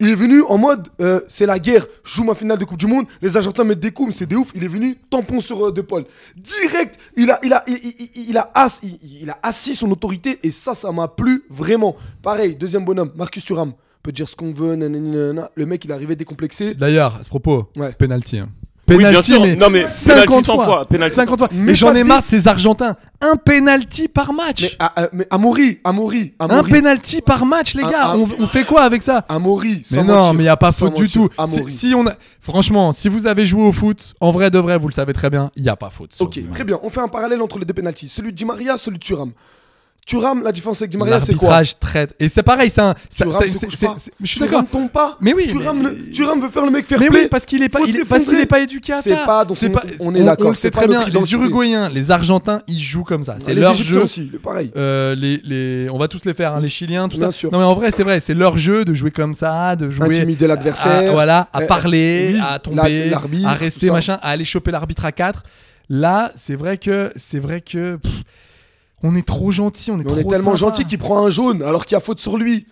Speaker 9: il est venu en mode, euh, c'est la guerre, je joue ma finale de Coupe du Monde, les Argentins mettent des coups, mais c'est des ouf. Il est venu tampon sur euh, De Paul. Direct, il a, il a, il, il- il- il a, ass- il- il a assis son autorité et ça, ça m'a plu vraiment. Pareil, deuxième bonhomme, Marcus Thuram. On peut dire ce qu'on veut, nanani, nanana. Le mec, il est arrivé décomplexé.
Speaker 8: D'ailleurs, à ce propos,
Speaker 9: Ouais.
Speaker 8: penalty. hein.
Speaker 10: bien
Speaker 8: Penalty,
Speaker 10: sûr.
Speaker 8: mais,
Speaker 10: Non, mais
Speaker 8: 50
Speaker 10: penalty cent fois, penalty
Speaker 8: 50 fois.
Speaker 9: cent fois.
Speaker 8: Mais j'en ai
Speaker 9: Mbappé,
Speaker 8: marre de ces Argentins. Un penalty par match.
Speaker 9: Mais, ah, ah, mais Amaury, Amaury,
Speaker 8: un
Speaker 9: Amaury.
Speaker 8: penalty par match, les
Speaker 9: Un-
Speaker 8: gars.
Speaker 9: un-
Speaker 8: On, on fait quoi avec ça
Speaker 9: Amaury.
Speaker 8: Mais
Speaker 9: sans
Speaker 8: non,
Speaker 9: mentir,
Speaker 8: mais il n'y a pas
Speaker 9: sans
Speaker 8: faute du
Speaker 9: mentir,
Speaker 8: tout.
Speaker 9: Amaury.
Speaker 8: Si, si on a... Franchement, si vous avez joué au foot, en vrai de vrai, vous le savez très bien, il n'y a pas faute. sur
Speaker 9: Ok,
Speaker 8: Neymar.
Speaker 9: très bien. On fait un parallèle entre les deux pénalties. Celui de Di Maria, celui de Thuram. Thuram, la différence avec Di Maria, c'est quoi
Speaker 8: L'arbitrage traite. Et c'est pareil, c'est un. ça-
Speaker 9: Thuram
Speaker 8: ça-
Speaker 9: se
Speaker 8: c'est-
Speaker 9: couche
Speaker 8: c'est-
Speaker 9: pas.
Speaker 8: c'est- Je suis
Speaker 9: Thuram
Speaker 8: d'accord.
Speaker 9: tombe pas.
Speaker 8: Mais oui,
Speaker 9: Thuram,
Speaker 8: mais-
Speaker 9: ne- Thuram veut faire le mec faire
Speaker 8: Mais
Speaker 9: play.
Speaker 8: oui, parce qu'il est pas,
Speaker 9: Faut
Speaker 8: il est-
Speaker 9: s'effondrer.
Speaker 8: parce qu'il est pas éduqué à
Speaker 9: C'est
Speaker 8: ça.
Speaker 9: pas dans
Speaker 8: C'est
Speaker 9: son-
Speaker 8: pas-
Speaker 9: on est d'accord.
Speaker 8: le sait
Speaker 9: c'est pas
Speaker 8: très bien.
Speaker 9: notre
Speaker 8: Les
Speaker 9: identité.
Speaker 8: Uruguayens, les Argentins, ils jouent comme ça. C'est
Speaker 9: les
Speaker 8: leur
Speaker 9: Égyptiens
Speaker 8: jeu.
Speaker 9: aussi, le pareil.
Speaker 8: Euh, les, les, on va tous les faire, hein, les Chiliens, tout ça.
Speaker 9: Bien sûr.
Speaker 8: Non mais en vrai, c'est vrai, c'est leur jeu de jouer comme ça, de jouer,
Speaker 9: Intimider l'adversaire.
Speaker 8: à- voilà, à
Speaker 9: Euh,
Speaker 8: parler,
Speaker 9: oui,
Speaker 8: à tomber,
Speaker 9: la- l'arbitre,
Speaker 8: à rester
Speaker 9: tout ça.
Speaker 8: machin, à aller choper l'arbitre à 4 Là, c'est vrai que, c'est vrai que. pff, On est trop gentil, on est
Speaker 9: Mais on est
Speaker 8: trop
Speaker 9: tellement
Speaker 8: sympa.
Speaker 9: gentil qu'il prend un jaune alors qu'il y a faute sur lui.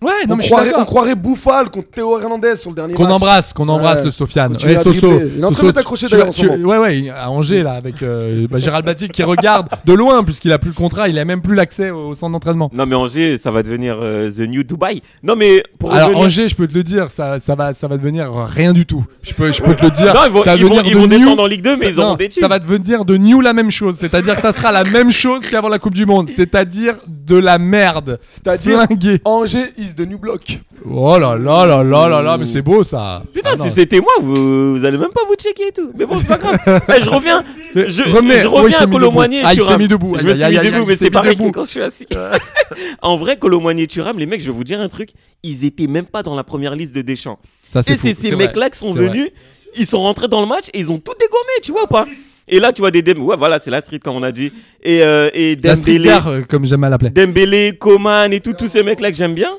Speaker 8: Ouais,
Speaker 9: on,
Speaker 8: non mais je suis
Speaker 9: croirait, on
Speaker 8: d'accord.
Speaker 9: croirait Bouffal contre Théo Hernandez sur le dernier
Speaker 8: Qu'on
Speaker 9: match.
Speaker 8: embrasse, qu'on embrasse
Speaker 9: Ouais.
Speaker 8: le Sofiane.
Speaker 9: Tu l'as
Speaker 8: Eh, Soso,
Speaker 9: dribblé. Il est en train
Speaker 8: Soso,
Speaker 9: de t'accrocher
Speaker 8: tu-
Speaker 9: d'ailleurs en
Speaker 8: tu-
Speaker 9: ce moment.
Speaker 8: Ouais, ouais, à Angers là, avec euh, bah, Gérald Batic qui regarde de loin puisqu'il a plus le contrat, il a même plus l'accès au, au centre d'entraînement.
Speaker 10: Non, mais Angers, ça va devenir euh, The New Dubai. Non, mais pour
Speaker 8: Alors
Speaker 10: revenir-
Speaker 8: Angers, je peux te le dire, ça, ça va, ça va devenir rien du tout. Je peux, je peux te le dire.
Speaker 10: Non, ils vont-
Speaker 8: ça va
Speaker 10: ils vont-
Speaker 8: devenir
Speaker 10: ils
Speaker 8: de
Speaker 10: vont descendre
Speaker 8: new-
Speaker 10: en Ligue 2, mais
Speaker 8: ça-
Speaker 10: ils auront
Speaker 8: non,
Speaker 10: des thunes.
Speaker 8: Ça va devenir de new la même chose, c'est-à-dire que ça sera la même chose qu'avant la Coupe du Monde, c'est-à-dire de la merde.
Speaker 9: C'est-à-dire
Speaker 8: Flingué.
Speaker 9: Angers is the new block.
Speaker 8: Oh là là là là là là, mais c'est beau ça.
Speaker 10: Putain,
Speaker 8: Ah non.
Speaker 10: si c'était moi, vous, vous allez même pas vous checker et tout. Mais bon, c'est pas grave. Eh, je reviens.
Speaker 8: Mais
Speaker 10: Je,
Speaker 8: revenez,
Speaker 10: je
Speaker 8: oh, il
Speaker 10: reviens
Speaker 8: s'est
Speaker 10: à
Speaker 8: mis
Speaker 10: Colomoigny.
Speaker 8: debout. Ah, il s'est
Speaker 10: Thuram.
Speaker 8: mis debout.
Speaker 10: Je
Speaker 8: Aïe,
Speaker 10: me suis
Speaker 8: aïe,
Speaker 10: mis
Speaker 8: aïe, aïe,
Speaker 10: debout,
Speaker 8: il
Speaker 10: mais
Speaker 8: s'est
Speaker 10: c'est
Speaker 8: mis
Speaker 10: pareil que
Speaker 8: debout.
Speaker 10: quand je suis assis. en vrai, Colomoigny et Thuram, les mecs, je vais vous dire un truc. Ils étaient même pas dans la première liste de Deschamps.
Speaker 8: Ça,
Speaker 10: Et
Speaker 8: fou,
Speaker 10: c'est ces
Speaker 8: vrai,
Speaker 10: mecs-là qui sont
Speaker 8: c'est vrai.
Speaker 10: venus, ils sont rentrés dans le match et ils ont tout dégommé, tu vois ou pas Et là, tu vois des Dem. Ouais, voilà, c'est la street, comme on a dit. Et, euh, et
Speaker 8: La street
Speaker 10: Dembélé,
Speaker 8: art, euh, comme j'aime à l'appeler.
Speaker 10: Dembélé, Coman et tout, tous ces mecs-là que j'aime bien.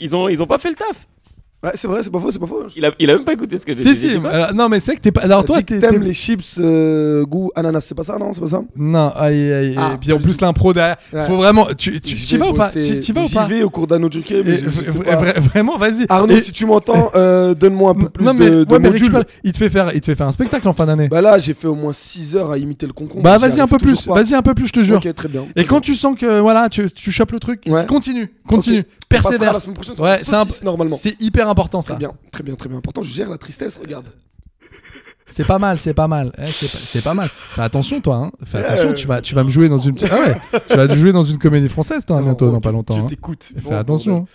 Speaker 10: Ils ont, ils ont pas fait le taf.
Speaker 9: Ouais, c'est vrai, c'est pas faux, c'est pas faux.
Speaker 10: Il a, il a même pas écouté ce que j'ai dit.
Speaker 8: Si
Speaker 10: J'ai
Speaker 8: si.
Speaker 10: dit quoi
Speaker 8: alors, non mais c'est vrai que t'es pas. Alors toi
Speaker 9: Toi,
Speaker 8: t'es. t'es-
Speaker 9: t'aimes les chips euh, goût ananas, c'est pas ça, non C'est pas ça
Speaker 8: Non. Aïe, aïe, aïe.
Speaker 9: Ah.
Speaker 8: Et puis en plus l'impro derrière.
Speaker 9: Ouais.
Speaker 8: Faut vraiment. Tu tu
Speaker 9: J'y
Speaker 8: tu y
Speaker 9: vais
Speaker 8: vas ou pas
Speaker 9: bosser.
Speaker 8: Tu tu y vas ou
Speaker 9: J'y
Speaker 8: pas
Speaker 9: vais au cours d'anoduqué,
Speaker 8: Et
Speaker 9: mais je- je sais
Speaker 8: vra-
Speaker 9: pas.
Speaker 8: vra- Vraiment vas-y.
Speaker 9: Arnaud,
Speaker 8: Et-
Speaker 9: si tu m'entends, euh, donne-moi un peu plus
Speaker 8: non mais,
Speaker 9: de, de
Speaker 8: ouais, mais
Speaker 9: modules.
Speaker 8: récupère- il te fait faire, il te fait faire un spectacle en fin d'année. Bah,
Speaker 9: Bah là, j'ai fait au moins 6 heures à imiter le concombre. j'y
Speaker 8: vas-y un
Speaker 9: arrive
Speaker 8: peu plus,
Speaker 9: toujours pas.
Speaker 8: vas-y un peu plus, je te jure.
Speaker 9: Ok, très bien.
Speaker 8: Et quand tu sens que voilà, tu, tu chopes le truc,
Speaker 9: Ouais.
Speaker 8: continue, continue,
Speaker 9: Ok. On passera
Speaker 8: persévère.
Speaker 9: la semaine prochaine sur
Speaker 8: ouais,
Speaker 9: le
Speaker 8: c'est un-
Speaker 9: saucisse, normalement.
Speaker 8: C'est hyper important ça.
Speaker 9: Très bien, très bien, très bien. Pourtant, je gère la tristesse, regarde.
Speaker 8: C'est pas mal, c'est pas mal. Eh, c'est pas, c'est pas mal. Fais attention, toi. Hein. Fais attention, tu vas, tu vas me jouer dans une. petite- Ah ouais, tu vas te jouer dans une comédie française, toi, bientôt,
Speaker 9: Oh,
Speaker 8: dans
Speaker 9: tu-
Speaker 8: pas longtemps.
Speaker 9: Je
Speaker 8: hein.
Speaker 9: t'écoute.
Speaker 8: Fais
Speaker 9: Bon,
Speaker 8: attention. hein.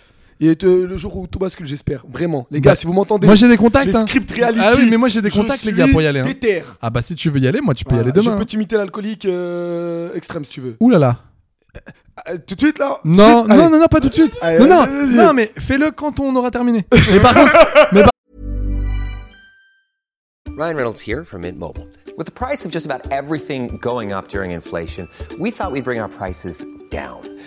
Speaker 9: bon, ouais. Et euh, le jour où tout bascule, j'espère. Vraiment. Les
Speaker 8: Bah,
Speaker 9: gars, si vous m'entendez.
Speaker 8: Moi, j'ai des contacts.
Speaker 9: les
Speaker 8: hein.
Speaker 9: scripts reality.
Speaker 8: Ah oui, mais moi, j'ai des
Speaker 9: je
Speaker 8: contacts, les
Speaker 9: suis
Speaker 8: gars, pour y aller. hein.
Speaker 9: déter.
Speaker 8: Ah bah, si tu veux y aller, moi, tu peux y
Speaker 9: Voilà,
Speaker 8: aller demain.
Speaker 9: Ah, Je peux
Speaker 8: hein.
Speaker 9: t'imiter l'alcoolique euh, extrême si tu veux.
Speaker 8: Ouh là là.
Speaker 9: Euh, tout de suite là Tout de
Speaker 8: Non,
Speaker 9: suite
Speaker 8: non,
Speaker 9: Allez.
Speaker 8: non, non, pas tout de suite.
Speaker 9: Allez,
Speaker 8: non, non,
Speaker 9: vas-y.
Speaker 8: non, mais fais-le quand on aura terminé. Mais par contre,
Speaker 1: Ryan Reynolds here from Mint Mobile. With the price of just about everything going up during inflation, we thought we'd bring our prices down.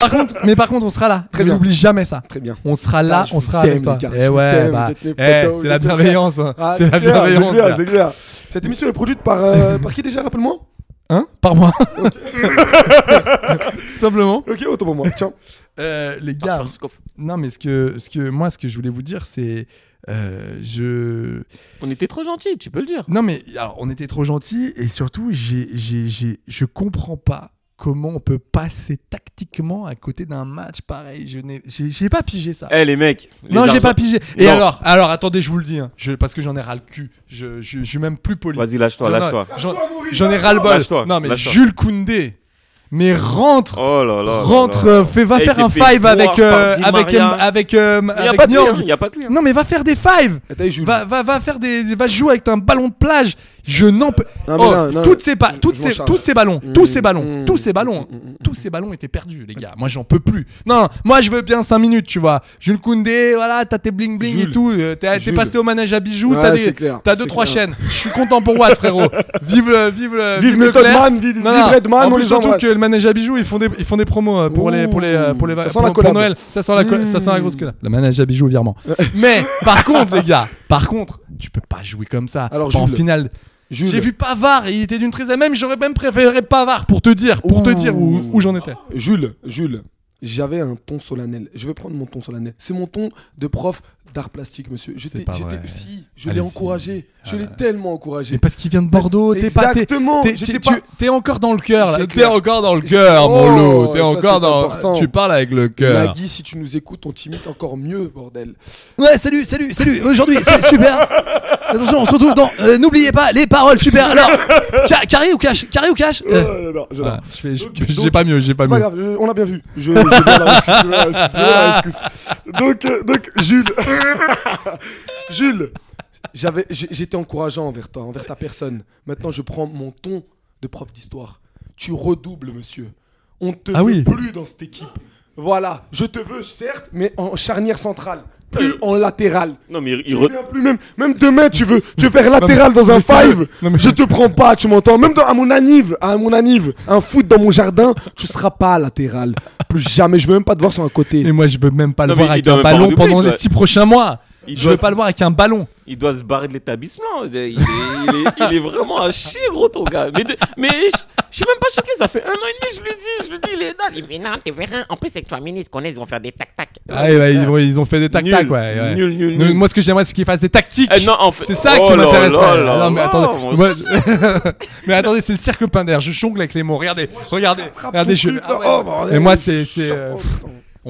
Speaker 8: par contre, mais par contre, on sera là.
Speaker 9: Très bien.
Speaker 8: N'oublie jamais ça.
Speaker 9: Très bien.
Speaker 8: On sera là,
Speaker 9: Putain, je
Speaker 8: on
Speaker 9: vous
Speaker 8: sera
Speaker 9: aime,
Speaker 8: avec toi.
Speaker 9: les gars, je
Speaker 8: Eh
Speaker 9: vous
Speaker 8: ouais,
Speaker 9: aime,
Speaker 8: bah,
Speaker 9: vous êtes mes
Speaker 8: eh, c'est
Speaker 9: potos, vous
Speaker 8: la
Speaker 9: êtes mes
Speaker 8: bienveillance. hein.
Speaker 9: Ah,
Speaker 8: c'est la
Speaker 9: clair,
Speaker 8: bienveillance.
Speaker 9: c'est clair,
Speaker 8: gars.
Speaker 9: c'est clair. Cette émission est produite par, euh, par qui déjà, rappelle-moi
Speaker 8: Hein Par moi. Tout Simplement.
Speaker 9: Ok, autant pour moi. Tiens.
Speaker 8: Euh, les gars, non mais ce que, ce que moi, ce que je voulais vous dire, c'est euh, je.
Speaker 10: On était trop gentils, tu peux le dire.
Speaker 8: Non mais alors, on était trop gentils et surtout, j'ai, j'ai, j'ai, je comprends pas comment on peut passer tactiquement à côté d'un match pareil. Je n'ai, j'ai, j'ai pas pigé ça.
Speaker 10: Eh les mecs. les
Speaker 8: non, j'ai
Speaker 10: argent-
Speaker 8: pas pigé. Et
Speaker 10: Non.
Speaker 8: alors, alors, attendez, je vous le dis, hein, je, parce que j'en ai ras le cul. Je, je, je suis même plus poli.
Speaker 10: Vas-y, lâche-toi,
Speaker 8: Non, non,
Speaker 10: lâche-toi.
Speaker 8: j'en- J'en ai ras le
Speaker 10: Lâche-toi,
Speaker 8: bol. Non mais
Speaker 10: lâche-toi.
Speaker 8: Jules Koundé, mais rentre.
Speaker 10: Oh là là là.
Speaker 8: rentre,
Speaker 10: là là.
Speaker 8: euh, fais, va
Speaker 10: Eh, il
Speaker 8: faire
Speaker 10: s'est
Speaker 8: un
Speaker 10: fait
Speaker 8: five
Speaker 10: boire
Speaker 8: avec,
Speaker 10: par
Speaker 8: euh,
Speaker 10: Di
Speaker 8: avec,
Speaker 10: Maria.
Speaker 8: euh, avec, euh,
Speaker 10: Il y a
Speaker 8: avec
Speaker 10: pas de
Speaker 8: Niang.
Speaker 10: lien, il y a pas de hein. lien.
Speaker 8: Non mais va faire des fives.
Speaker 9: Ah, t'as eu Jules.
Speaker 8: Va, va, va faire des, des- va jouer avec un ballon de plage. Je n'en peux.
Speaker 9: Non, mais
Speaker 8: Oh,
Speaker 9: non, non,
Speaker 8: toutes
Speaker 9: je-
Speaker 8: ces pas,
Speaker 9: je-
Speaker 8: toutes
Speaker 9: je m'en
Speaker 8: ces,
Speaker 9: charge.
Speaker 8: tous ces ballons, tous ces
Speaker 9: mm,
Speaker 8: ballons, tous ces ballons,
Speaker 9: Mmh.
Speaker 8: tous ces ballons étaient perdus, les gars. Moi, j'en peux plus. Non, moi, je veux bien 5 minutes, tu vois. Jules Koundé, voilà, t'as tes bling bling et
Speaker 9: Jules.
Speaker 8: tout. euh, T'es t'es
Speaker 9: Jules.
Speaker 8: passé au manège à bijoux.
Speaker 9: Ouais,
Speaker 8: t'as
Speaker 9: c'est
Speaker 8: des,
Speaker 9: clair,
Speaker 8: t'as deux
Speaker 9: c'est
Speaker 8: trois
Speaker 9: clair.
Speaker 8: chaînes. Je suis content pour Watt, frérot. Vive le, vive le,
Speaker 9: Vive Method
Speaker 8: Leclerc.
Speaker 9: Man, vive-
Speaker 8: Non,
Speaker 9: vive
Speaker 8: non,
Speaker 9: Redman,
Speaker 8: en
Speaker 9: on
Speaker 8: plus,
Speaker 9: les
Speaker 8: surtout
Speaker 9: embrasse.
Speaker 8: que le manège à bijoux, ils font des, ils font des promos euh, pour les, pour les, euh, pour les,
Speaker 9: Ça sent
Speaker 8: pour-
Speaker 9: la
Speaker 8: pour
Speaker 9: collab.
Speaker 8: Noël. Ça sent la, co- ça sent la
Speaker 9: Hmm.
Speaker 8: grosse collab. Le manège à bijoux, virement. Mais par contre, les gars, par contre, tu peux pas jouer comme ça.
Speaker 9: Alors,
Speaker 8: Pas en
Speaker 9: Jules.
Speaker 8: finale.
Speaker 9: Jules.
Speaker 8: J'ai vu Pavard et il était d'une treizaine. Même j'aurais même préféré Pavard pour te dire, pour te
Speaker 9: Ouh.
Speaker 8: dire où, où j'en étais.
Speaker 9: Jules, Jules, j'avais un ton solennel. Je vais prendre mon ton solennel. C'est mon ton de prof d'art plastique, monsieur. J'étais,
Speaker 8: C'est pas
Speaker 9: j'étais,
Speaker 8: vrai.
Speaker 9: si, je l'ai
Speaker 8: Allez, si.
Speaker 9: encouragé. Je l'ai
Speaker 8: Ah.
Speaker 9: tellement encouragé.
Speaker 8: Mais parce qu'il vient de Bordeaux, t'es pas. t'es-
Speaker 9: Exactement,
Speaker 8: t'es-
Speaker 9: j'étais
Speaker 8: tu-
Speaker 9: pas-
Speaker 8: tu- T'es encore dans le cœur, là.
Speaker 9: C'est
Speaker 8: T'es
Speaker 9: clair.
Speaker 8: encore dans le cœur, mon
Speaker 9: Oh,
Speaker 8: loup. T'es
Speaker 9: ça,
Speaker 8: encore
Speaker 9: c'est
Speaker 8: dans.
Speaker 9: important.
Speaker 8: Tu parles avec le cœur.
Speaker 9: Nagui, si tu nous écoutes, on t'imite encore mieux, bordel.
Speaker 8: Ouais, salut, salut, salut. Aujourd'hui, c'est super. Attention, on se retrouve dans. euh, N'oubliez pas les paroles, super. Alors, ca- carré ou cash Carré ou cash Euh,
Speaker 9: Oh, j'adore, j'adore.
Speaker 8: voilà, je fais- je-
Speaker 9: Donc-
Speaker 8: J'ai pas mieux, j'ai pas
Speaker 9: C'est pas
Speaker 8: mieux.
Speaker 9: grave, je- on a bien vu. Je, je vais à la rescousse, je vais à la rescousse, je vais à la rescousse. Donc, euh, donc, Jules, Jules, j'avais, j'ai- j'étais encourageant envers toi, envers ta personne. Maintenant, je prends mon ton de prof d'histoire. Tu redoubles, monsieur. On ne te
Speaker 8: Ah
Speaker 9: veut
Speaker 8: oui.
Speaker 9: plus dans cette équipe. Voilà, je te veux, certes, mais en charnière centrale, plus en latéral.
Speaker 10: Non, mais il-
Speaker 9: Tu
Speaker 10: il re-
Speaker 9: viens plus même, même demain, tu veux, tu veux faire latéral dans un
Speaker 8: mais sérieux,
Speaker 9: five.
Speaker 8: non, mais-
Speaker 9: Je te prends pas, tu m'entends. Même dans, à mon anive, à mon anive, un foot dans mon jardin, tu seras pas latéral. Plus jamais. Je veux même pas te voir sur un côté.
Speaker 8: Mais moi, je veux même pas le
Speaker 10: Non,
Speaker 8: voir
Speaker 10: mais il
Speaker 8: avec
Speaker 10: doit
Speaker 8: un
Speaker 10: même pas
Speaker 8: ballon
Speaker 10: redoubler,
Speaker 8: pendant
Speaker 10: il
Speaker 8: les
Speaker 10: doit-
Speaker 8: six prochains mois.
Speaker 10: il
Speaker 8: Je
Speaker 10: doit-
Speaker 8: veux pas le voir avec un ballon.
Speaker 10: il doit se barrer de l'établissement. Il est, il est- il est- il est vraiment à chier, gros, ton gars. Mais, de- mais je je suis même pas choqué, ça fait un an et demi, je lui dis, je lui dis, il est dingue.
Speaker 6: Il fait non, tu verras. En plus, c'est que toi, ministre, qu'on est, ils vont faire des tac-tac.
Speaker 8: Ah, ouais, ils, ont, ils ont fait des tac-tac,
Speaker 10: Nul.
Speaker 8: ouais. ouais.
Speaker 10: Nul, nul,
Speaker 8: Nous,
Speaker 10: nul.
Speaker 8: Moi, ce que j'aimerais, c'est qu'ils fassent des tactiques.
Speaker 10: Eh non, en fait-
Speaker 8: C'est ça
Speaker 10: Oh
Speaker 8: qui
Speaker 10: là
Speaker 8: m'intéresse.
Speaker 10: là là
Speaker 8: Non, mais
Speaker 10: là,
Speaker 8: attendez.
Speaker 10: moi
Speaker 8: Moi- mais attendez, c'est le cirque Pinder. Je jongle avec les mots. Regardez, regardez, regardez. Je...
Speaker 9: truc, là.
Speaker 8: Ah ouais.
Speaker 9: Oh, bordel.
Speaker 8: Et moi, c'est. c'est, euh, pff,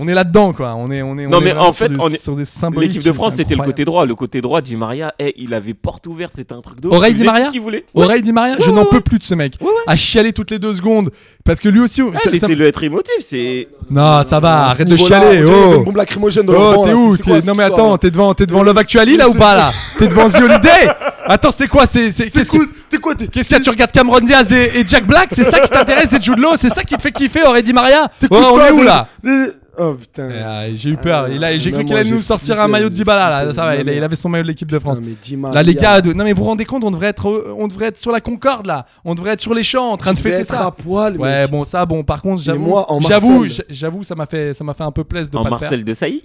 Speaker 8: On est là-dedans, quoi. On est, on est, on
Speaker 10: Non,
Speaker 8: est
Speaker 10: mais
Speaker 8: vraiment
Speaker 10: en
Speaker 8: sur
Speaker 10: fait,
Speaker 8: des-
Speaker 10: on est-
Speaker 8: sur des symboliques.
Speaker 10: L'équipe de France,
Speaker 8: C'est
Speaker 10: c'était le
Speaker 8: incroyable.
Speaker 10: côté droit. Le côté droit, Di Maria, eh, il avait porte ouverte, c'était un truc de ouf.
Speaker 8: Oreille
Speaker 10: Il
Speaker 8: Di
Speaker 10: faisait
Speaker 8: Maria
Speaker 10: ce qu'il voulait. Ouais.
Speaker 8: Oreille Di Maria, je
Speaker 10: Ouais,
Speaker 8: n'en
Speaker 10: ouais,
Speaker 8: peux
Speaker 10: ouais.
Speaker 8: plus de ce mec.
Speaker 10: ouais.
Speaker 8: À chialer toutes les deux secondes. Parce que lui aussi.
Speaker 10: Eh,
Speaker 8: ça- ça-
Speaker 10: Laissez-le être émotif, c'est.
Speaker 8: Non, ça va,
Speaker 9: Euh, À ce
Speaker 8: arrête de
Speaker 9: niveau-là,
Speaker 8: chialer.
Speaker 9: on dirait qu'il y a
Speaker 8: Oh,
Speaker 9: une bombe lacrymogène dans le
Speaker 8: oh
Speaker 9: banc,
Speaker 8: t'es
Speaker 9: là.
Speaker 8: où
Speaker 9: C'est- c'est
Speaker 8: t'es-
Speaker 9: quoi, hein
Speaker 8: Non,
Speaker 9: cette
Speaker 8: mais
Speaker 9: histoire,
Speaker 8: attends,
Speaker 9: là
Speaker 8: t'es devant, t'es devant Love Actually là ou pas là T'es devant The Holiday Attends, c'est quoi C'est c'est-
Speaker 9: C'est
Speaker 8: qu'est-ce
Speaker 9: quoi
Speaker 8: que
Speaker 9: T'es quoi T'es
Speaker 8: Qu'est-ce qu'il y a Tu regardes Cameron Diaz et, et Jack Black C'est ça qui t'intéresse et Jude Law C'est ça qui te fait kiffer Aurait dit Maria Ouais,
Speaker 9: t'écoutes
Speaker 8: Oh, on
Speaker 9: pas
Speaker 8: est où
Speaker 9: des-
Speaker 8: là
Speaker 9: des- Oh putain.
Speaker 8: Et, euh, J'ai eu peur.
Speaker 9: Ah,
Speaker 8: Il a- J'ai
Speaker 9: non,
Speaker 8: cru qu'il
Speaker 9: moi,
Speaker 8: allait
Speaker 9: j'ai
Speaker 8: nous sortir
Speaker 9: flippé,
Speaker 8: un maillot de
Speaker 9: j'ai
Speaker 8: Dybala là.
Speaker 9: flippé,
Speaker 8: Ça va,
Speaker 9: non,
Speaker 8: il a-
Speaker 9: non.
Speaker 8: il avait son maillot de l'équipe de France.
Speaker 9: Putain, mais Di Maria.
Speaker 8: Là les gars, de- non mais vous vous rendez compte, on devrait être, au- on devrait être sur la Concorde là, on devrait être sur les champs en train de
Speaker 9: Tu devais
Speaker 8: fêter
Speaker 9: être
Speaker 8: ça.
Speaker 9: à poil, mec.
Speaker 8: ouais bon ça bon par contre j'avoue,
Speaker 9: moi, en
Speaker 8: j'avoue,
Speaker 9: Marcel.
Speaker 8: j'avoue ça m'a fait, ça m'a fait un peu plaisir de
Speaker 10: En
Speaker 8: pas le faire.
Speaker 10: Marcel de Sailly.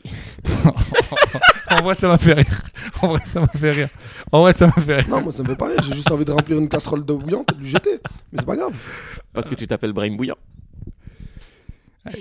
Speaker 8: En vrai, ça m'a fait rire. En vrai, ça m'a fait rire. En vrai, ça m'a fait rire.
Speaker 9: Non, moi ça me fait pas rire, j'ai juste envie de remplir une casserole d'eau bouillante et de lui jeter. Mais c'est pas grave.
Speaker 10: Parce que tu t'appelles Brahim Bouillant.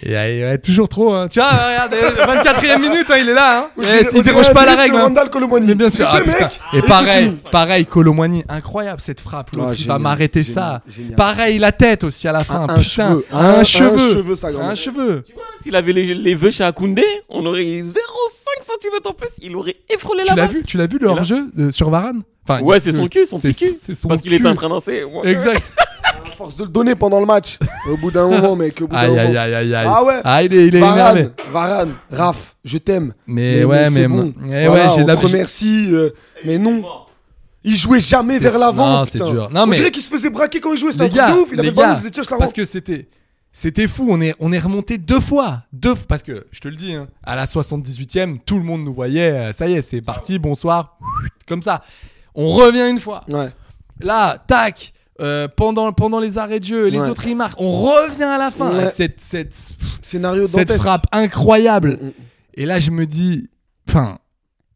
Speaker 8: Et, euh, ouais, toujours trop. hein. Tu vois, regarde, euh, 24ème minute, hein, il est là. hein.
Speaker 9: On
Speaker 8: Yes,
Speaker 9: dirait- on
Speaker 8: il déroge
Speaker 9: dirait
Speaker 8: pas à la
Speaker 9: un
Speaker 8: règle.
Speaker 9: délire de
Speaker 8: hein.
Speaker 9: Randall Colomwani.
Speaker 8: Mais bien sûr. Ah,
Speaker 9: Les deux
Speaker 8: putain.
Speaker 9: mecs,
Speaker 8: et
Speaker 9: et
Speaker 8: pareil,
Speaker 9: continue.
Speaker 8: pareil, Colomwani, incroyable cette frappe. L'autre,
Speaker 9: Ah,
Speaker 8: il va
Speaker 9: génial,
Speaker 8: m'arrêter
Speaker 9: génial,
Speaker 8: ça.
Speaker 9: génial.
Speaker 8: Pareil, la tête aussi à la fin.
Speaker 9: un
Speaker 8: putain,
Speaker 9: cheveu,
Speaker 8: un,
Speaker 9: un- un
Speaker 8: cheveu,
Speaker 9: cheveu, sa grand-mère.
Speaker 8: un cheveu.
Speaker 10: S'il avait les, les vœux chez Akoundé, on aurait 0,5 cm en plus, il aurait effrôlé la
Speaker 8: Tu l'as
Speaker 10: base.
Speaker 8: vu, tu l'as vu le
Speaker 10: là-
Speaker 8: hors jeu sur Varane. Enfin,
Speaker 10: Ouais,
Speaker 8: il-
Speaker 10: c'est son cul, son
Speaker 8: c'est-
Speaker 10: petit cul.
Speaker 8: c'est son
Speaker 10: Parce qu'il était
Speaker 8: cul.
Speaker 10: en train de danser.
Speaker 8: Exact.
Speaker 9: À force de le donner pendant le match. Au bout d'un moment, mec. Au bout d'un
Speaker 8: Aïe, aïe,
Speaker 9: moment.
Speaker 8: aïe, aïe, aïe.
Speaker 9: Ah ouais.
Speaker 8: Ah, il est, il est énervé.
Speaker 9: Varane, Varane, Raph, je t'aime.
Speaker 8: Mais ouais, mais
Speaker 9: c'est bon.
Speaker 8: moi- eh
Speaker 9: Voilà,
Speaker 8: ouais, j'ai
Speaker 9: on
Speaker 8: de la-
Speaker 9: te remercie, euh, mais non. Il jouait jamais vers l'avant.
Speaker 8: Non, c'est
Speaker 9: putain.
Speaker 8: dur. Non,
Speaker 9: On
Speaker 8: mais-
Speaker 9: dirait qu'il se faisait braquer quand il jouait. C'était un
Speaker 8: les
Speaker 9: truc
Speaker 8: gars,
Speaker 9: de ouf. Il avait
Speaker 8: les
Speaker 9: le ballon,
Speaker 8: gars,
Speaker 9: il faisait tiens, je la
Speaker 8: parce
Speaker 9: rends.
Speaker 8: que c'était c'était fou, on est on est remonté deux fois, deux f- parce que je te le dis hein, à la 78e, tout le monde nous voyait, euh, ça y est, c'est parti, bonsoir, comme ça. On revient une fois.
Speaker 9: Ouais.
Speaker 8: Là, tac, euh, pendant pendant les arrêts de jeu, les
Speaker 9: Ouais.
Speaker 8: autres ils marquent, on revient à la fin.
Speaker 9: Ouais.
Speaker 8: Cette cette
Speaker 9: Scénario
Speaker 8: cette
Speaker 9: dantesque.
Speaker 8: frappe incroyable.
Speaker 9: Mm.
Speaker 8: Et là, je me dis, enfin,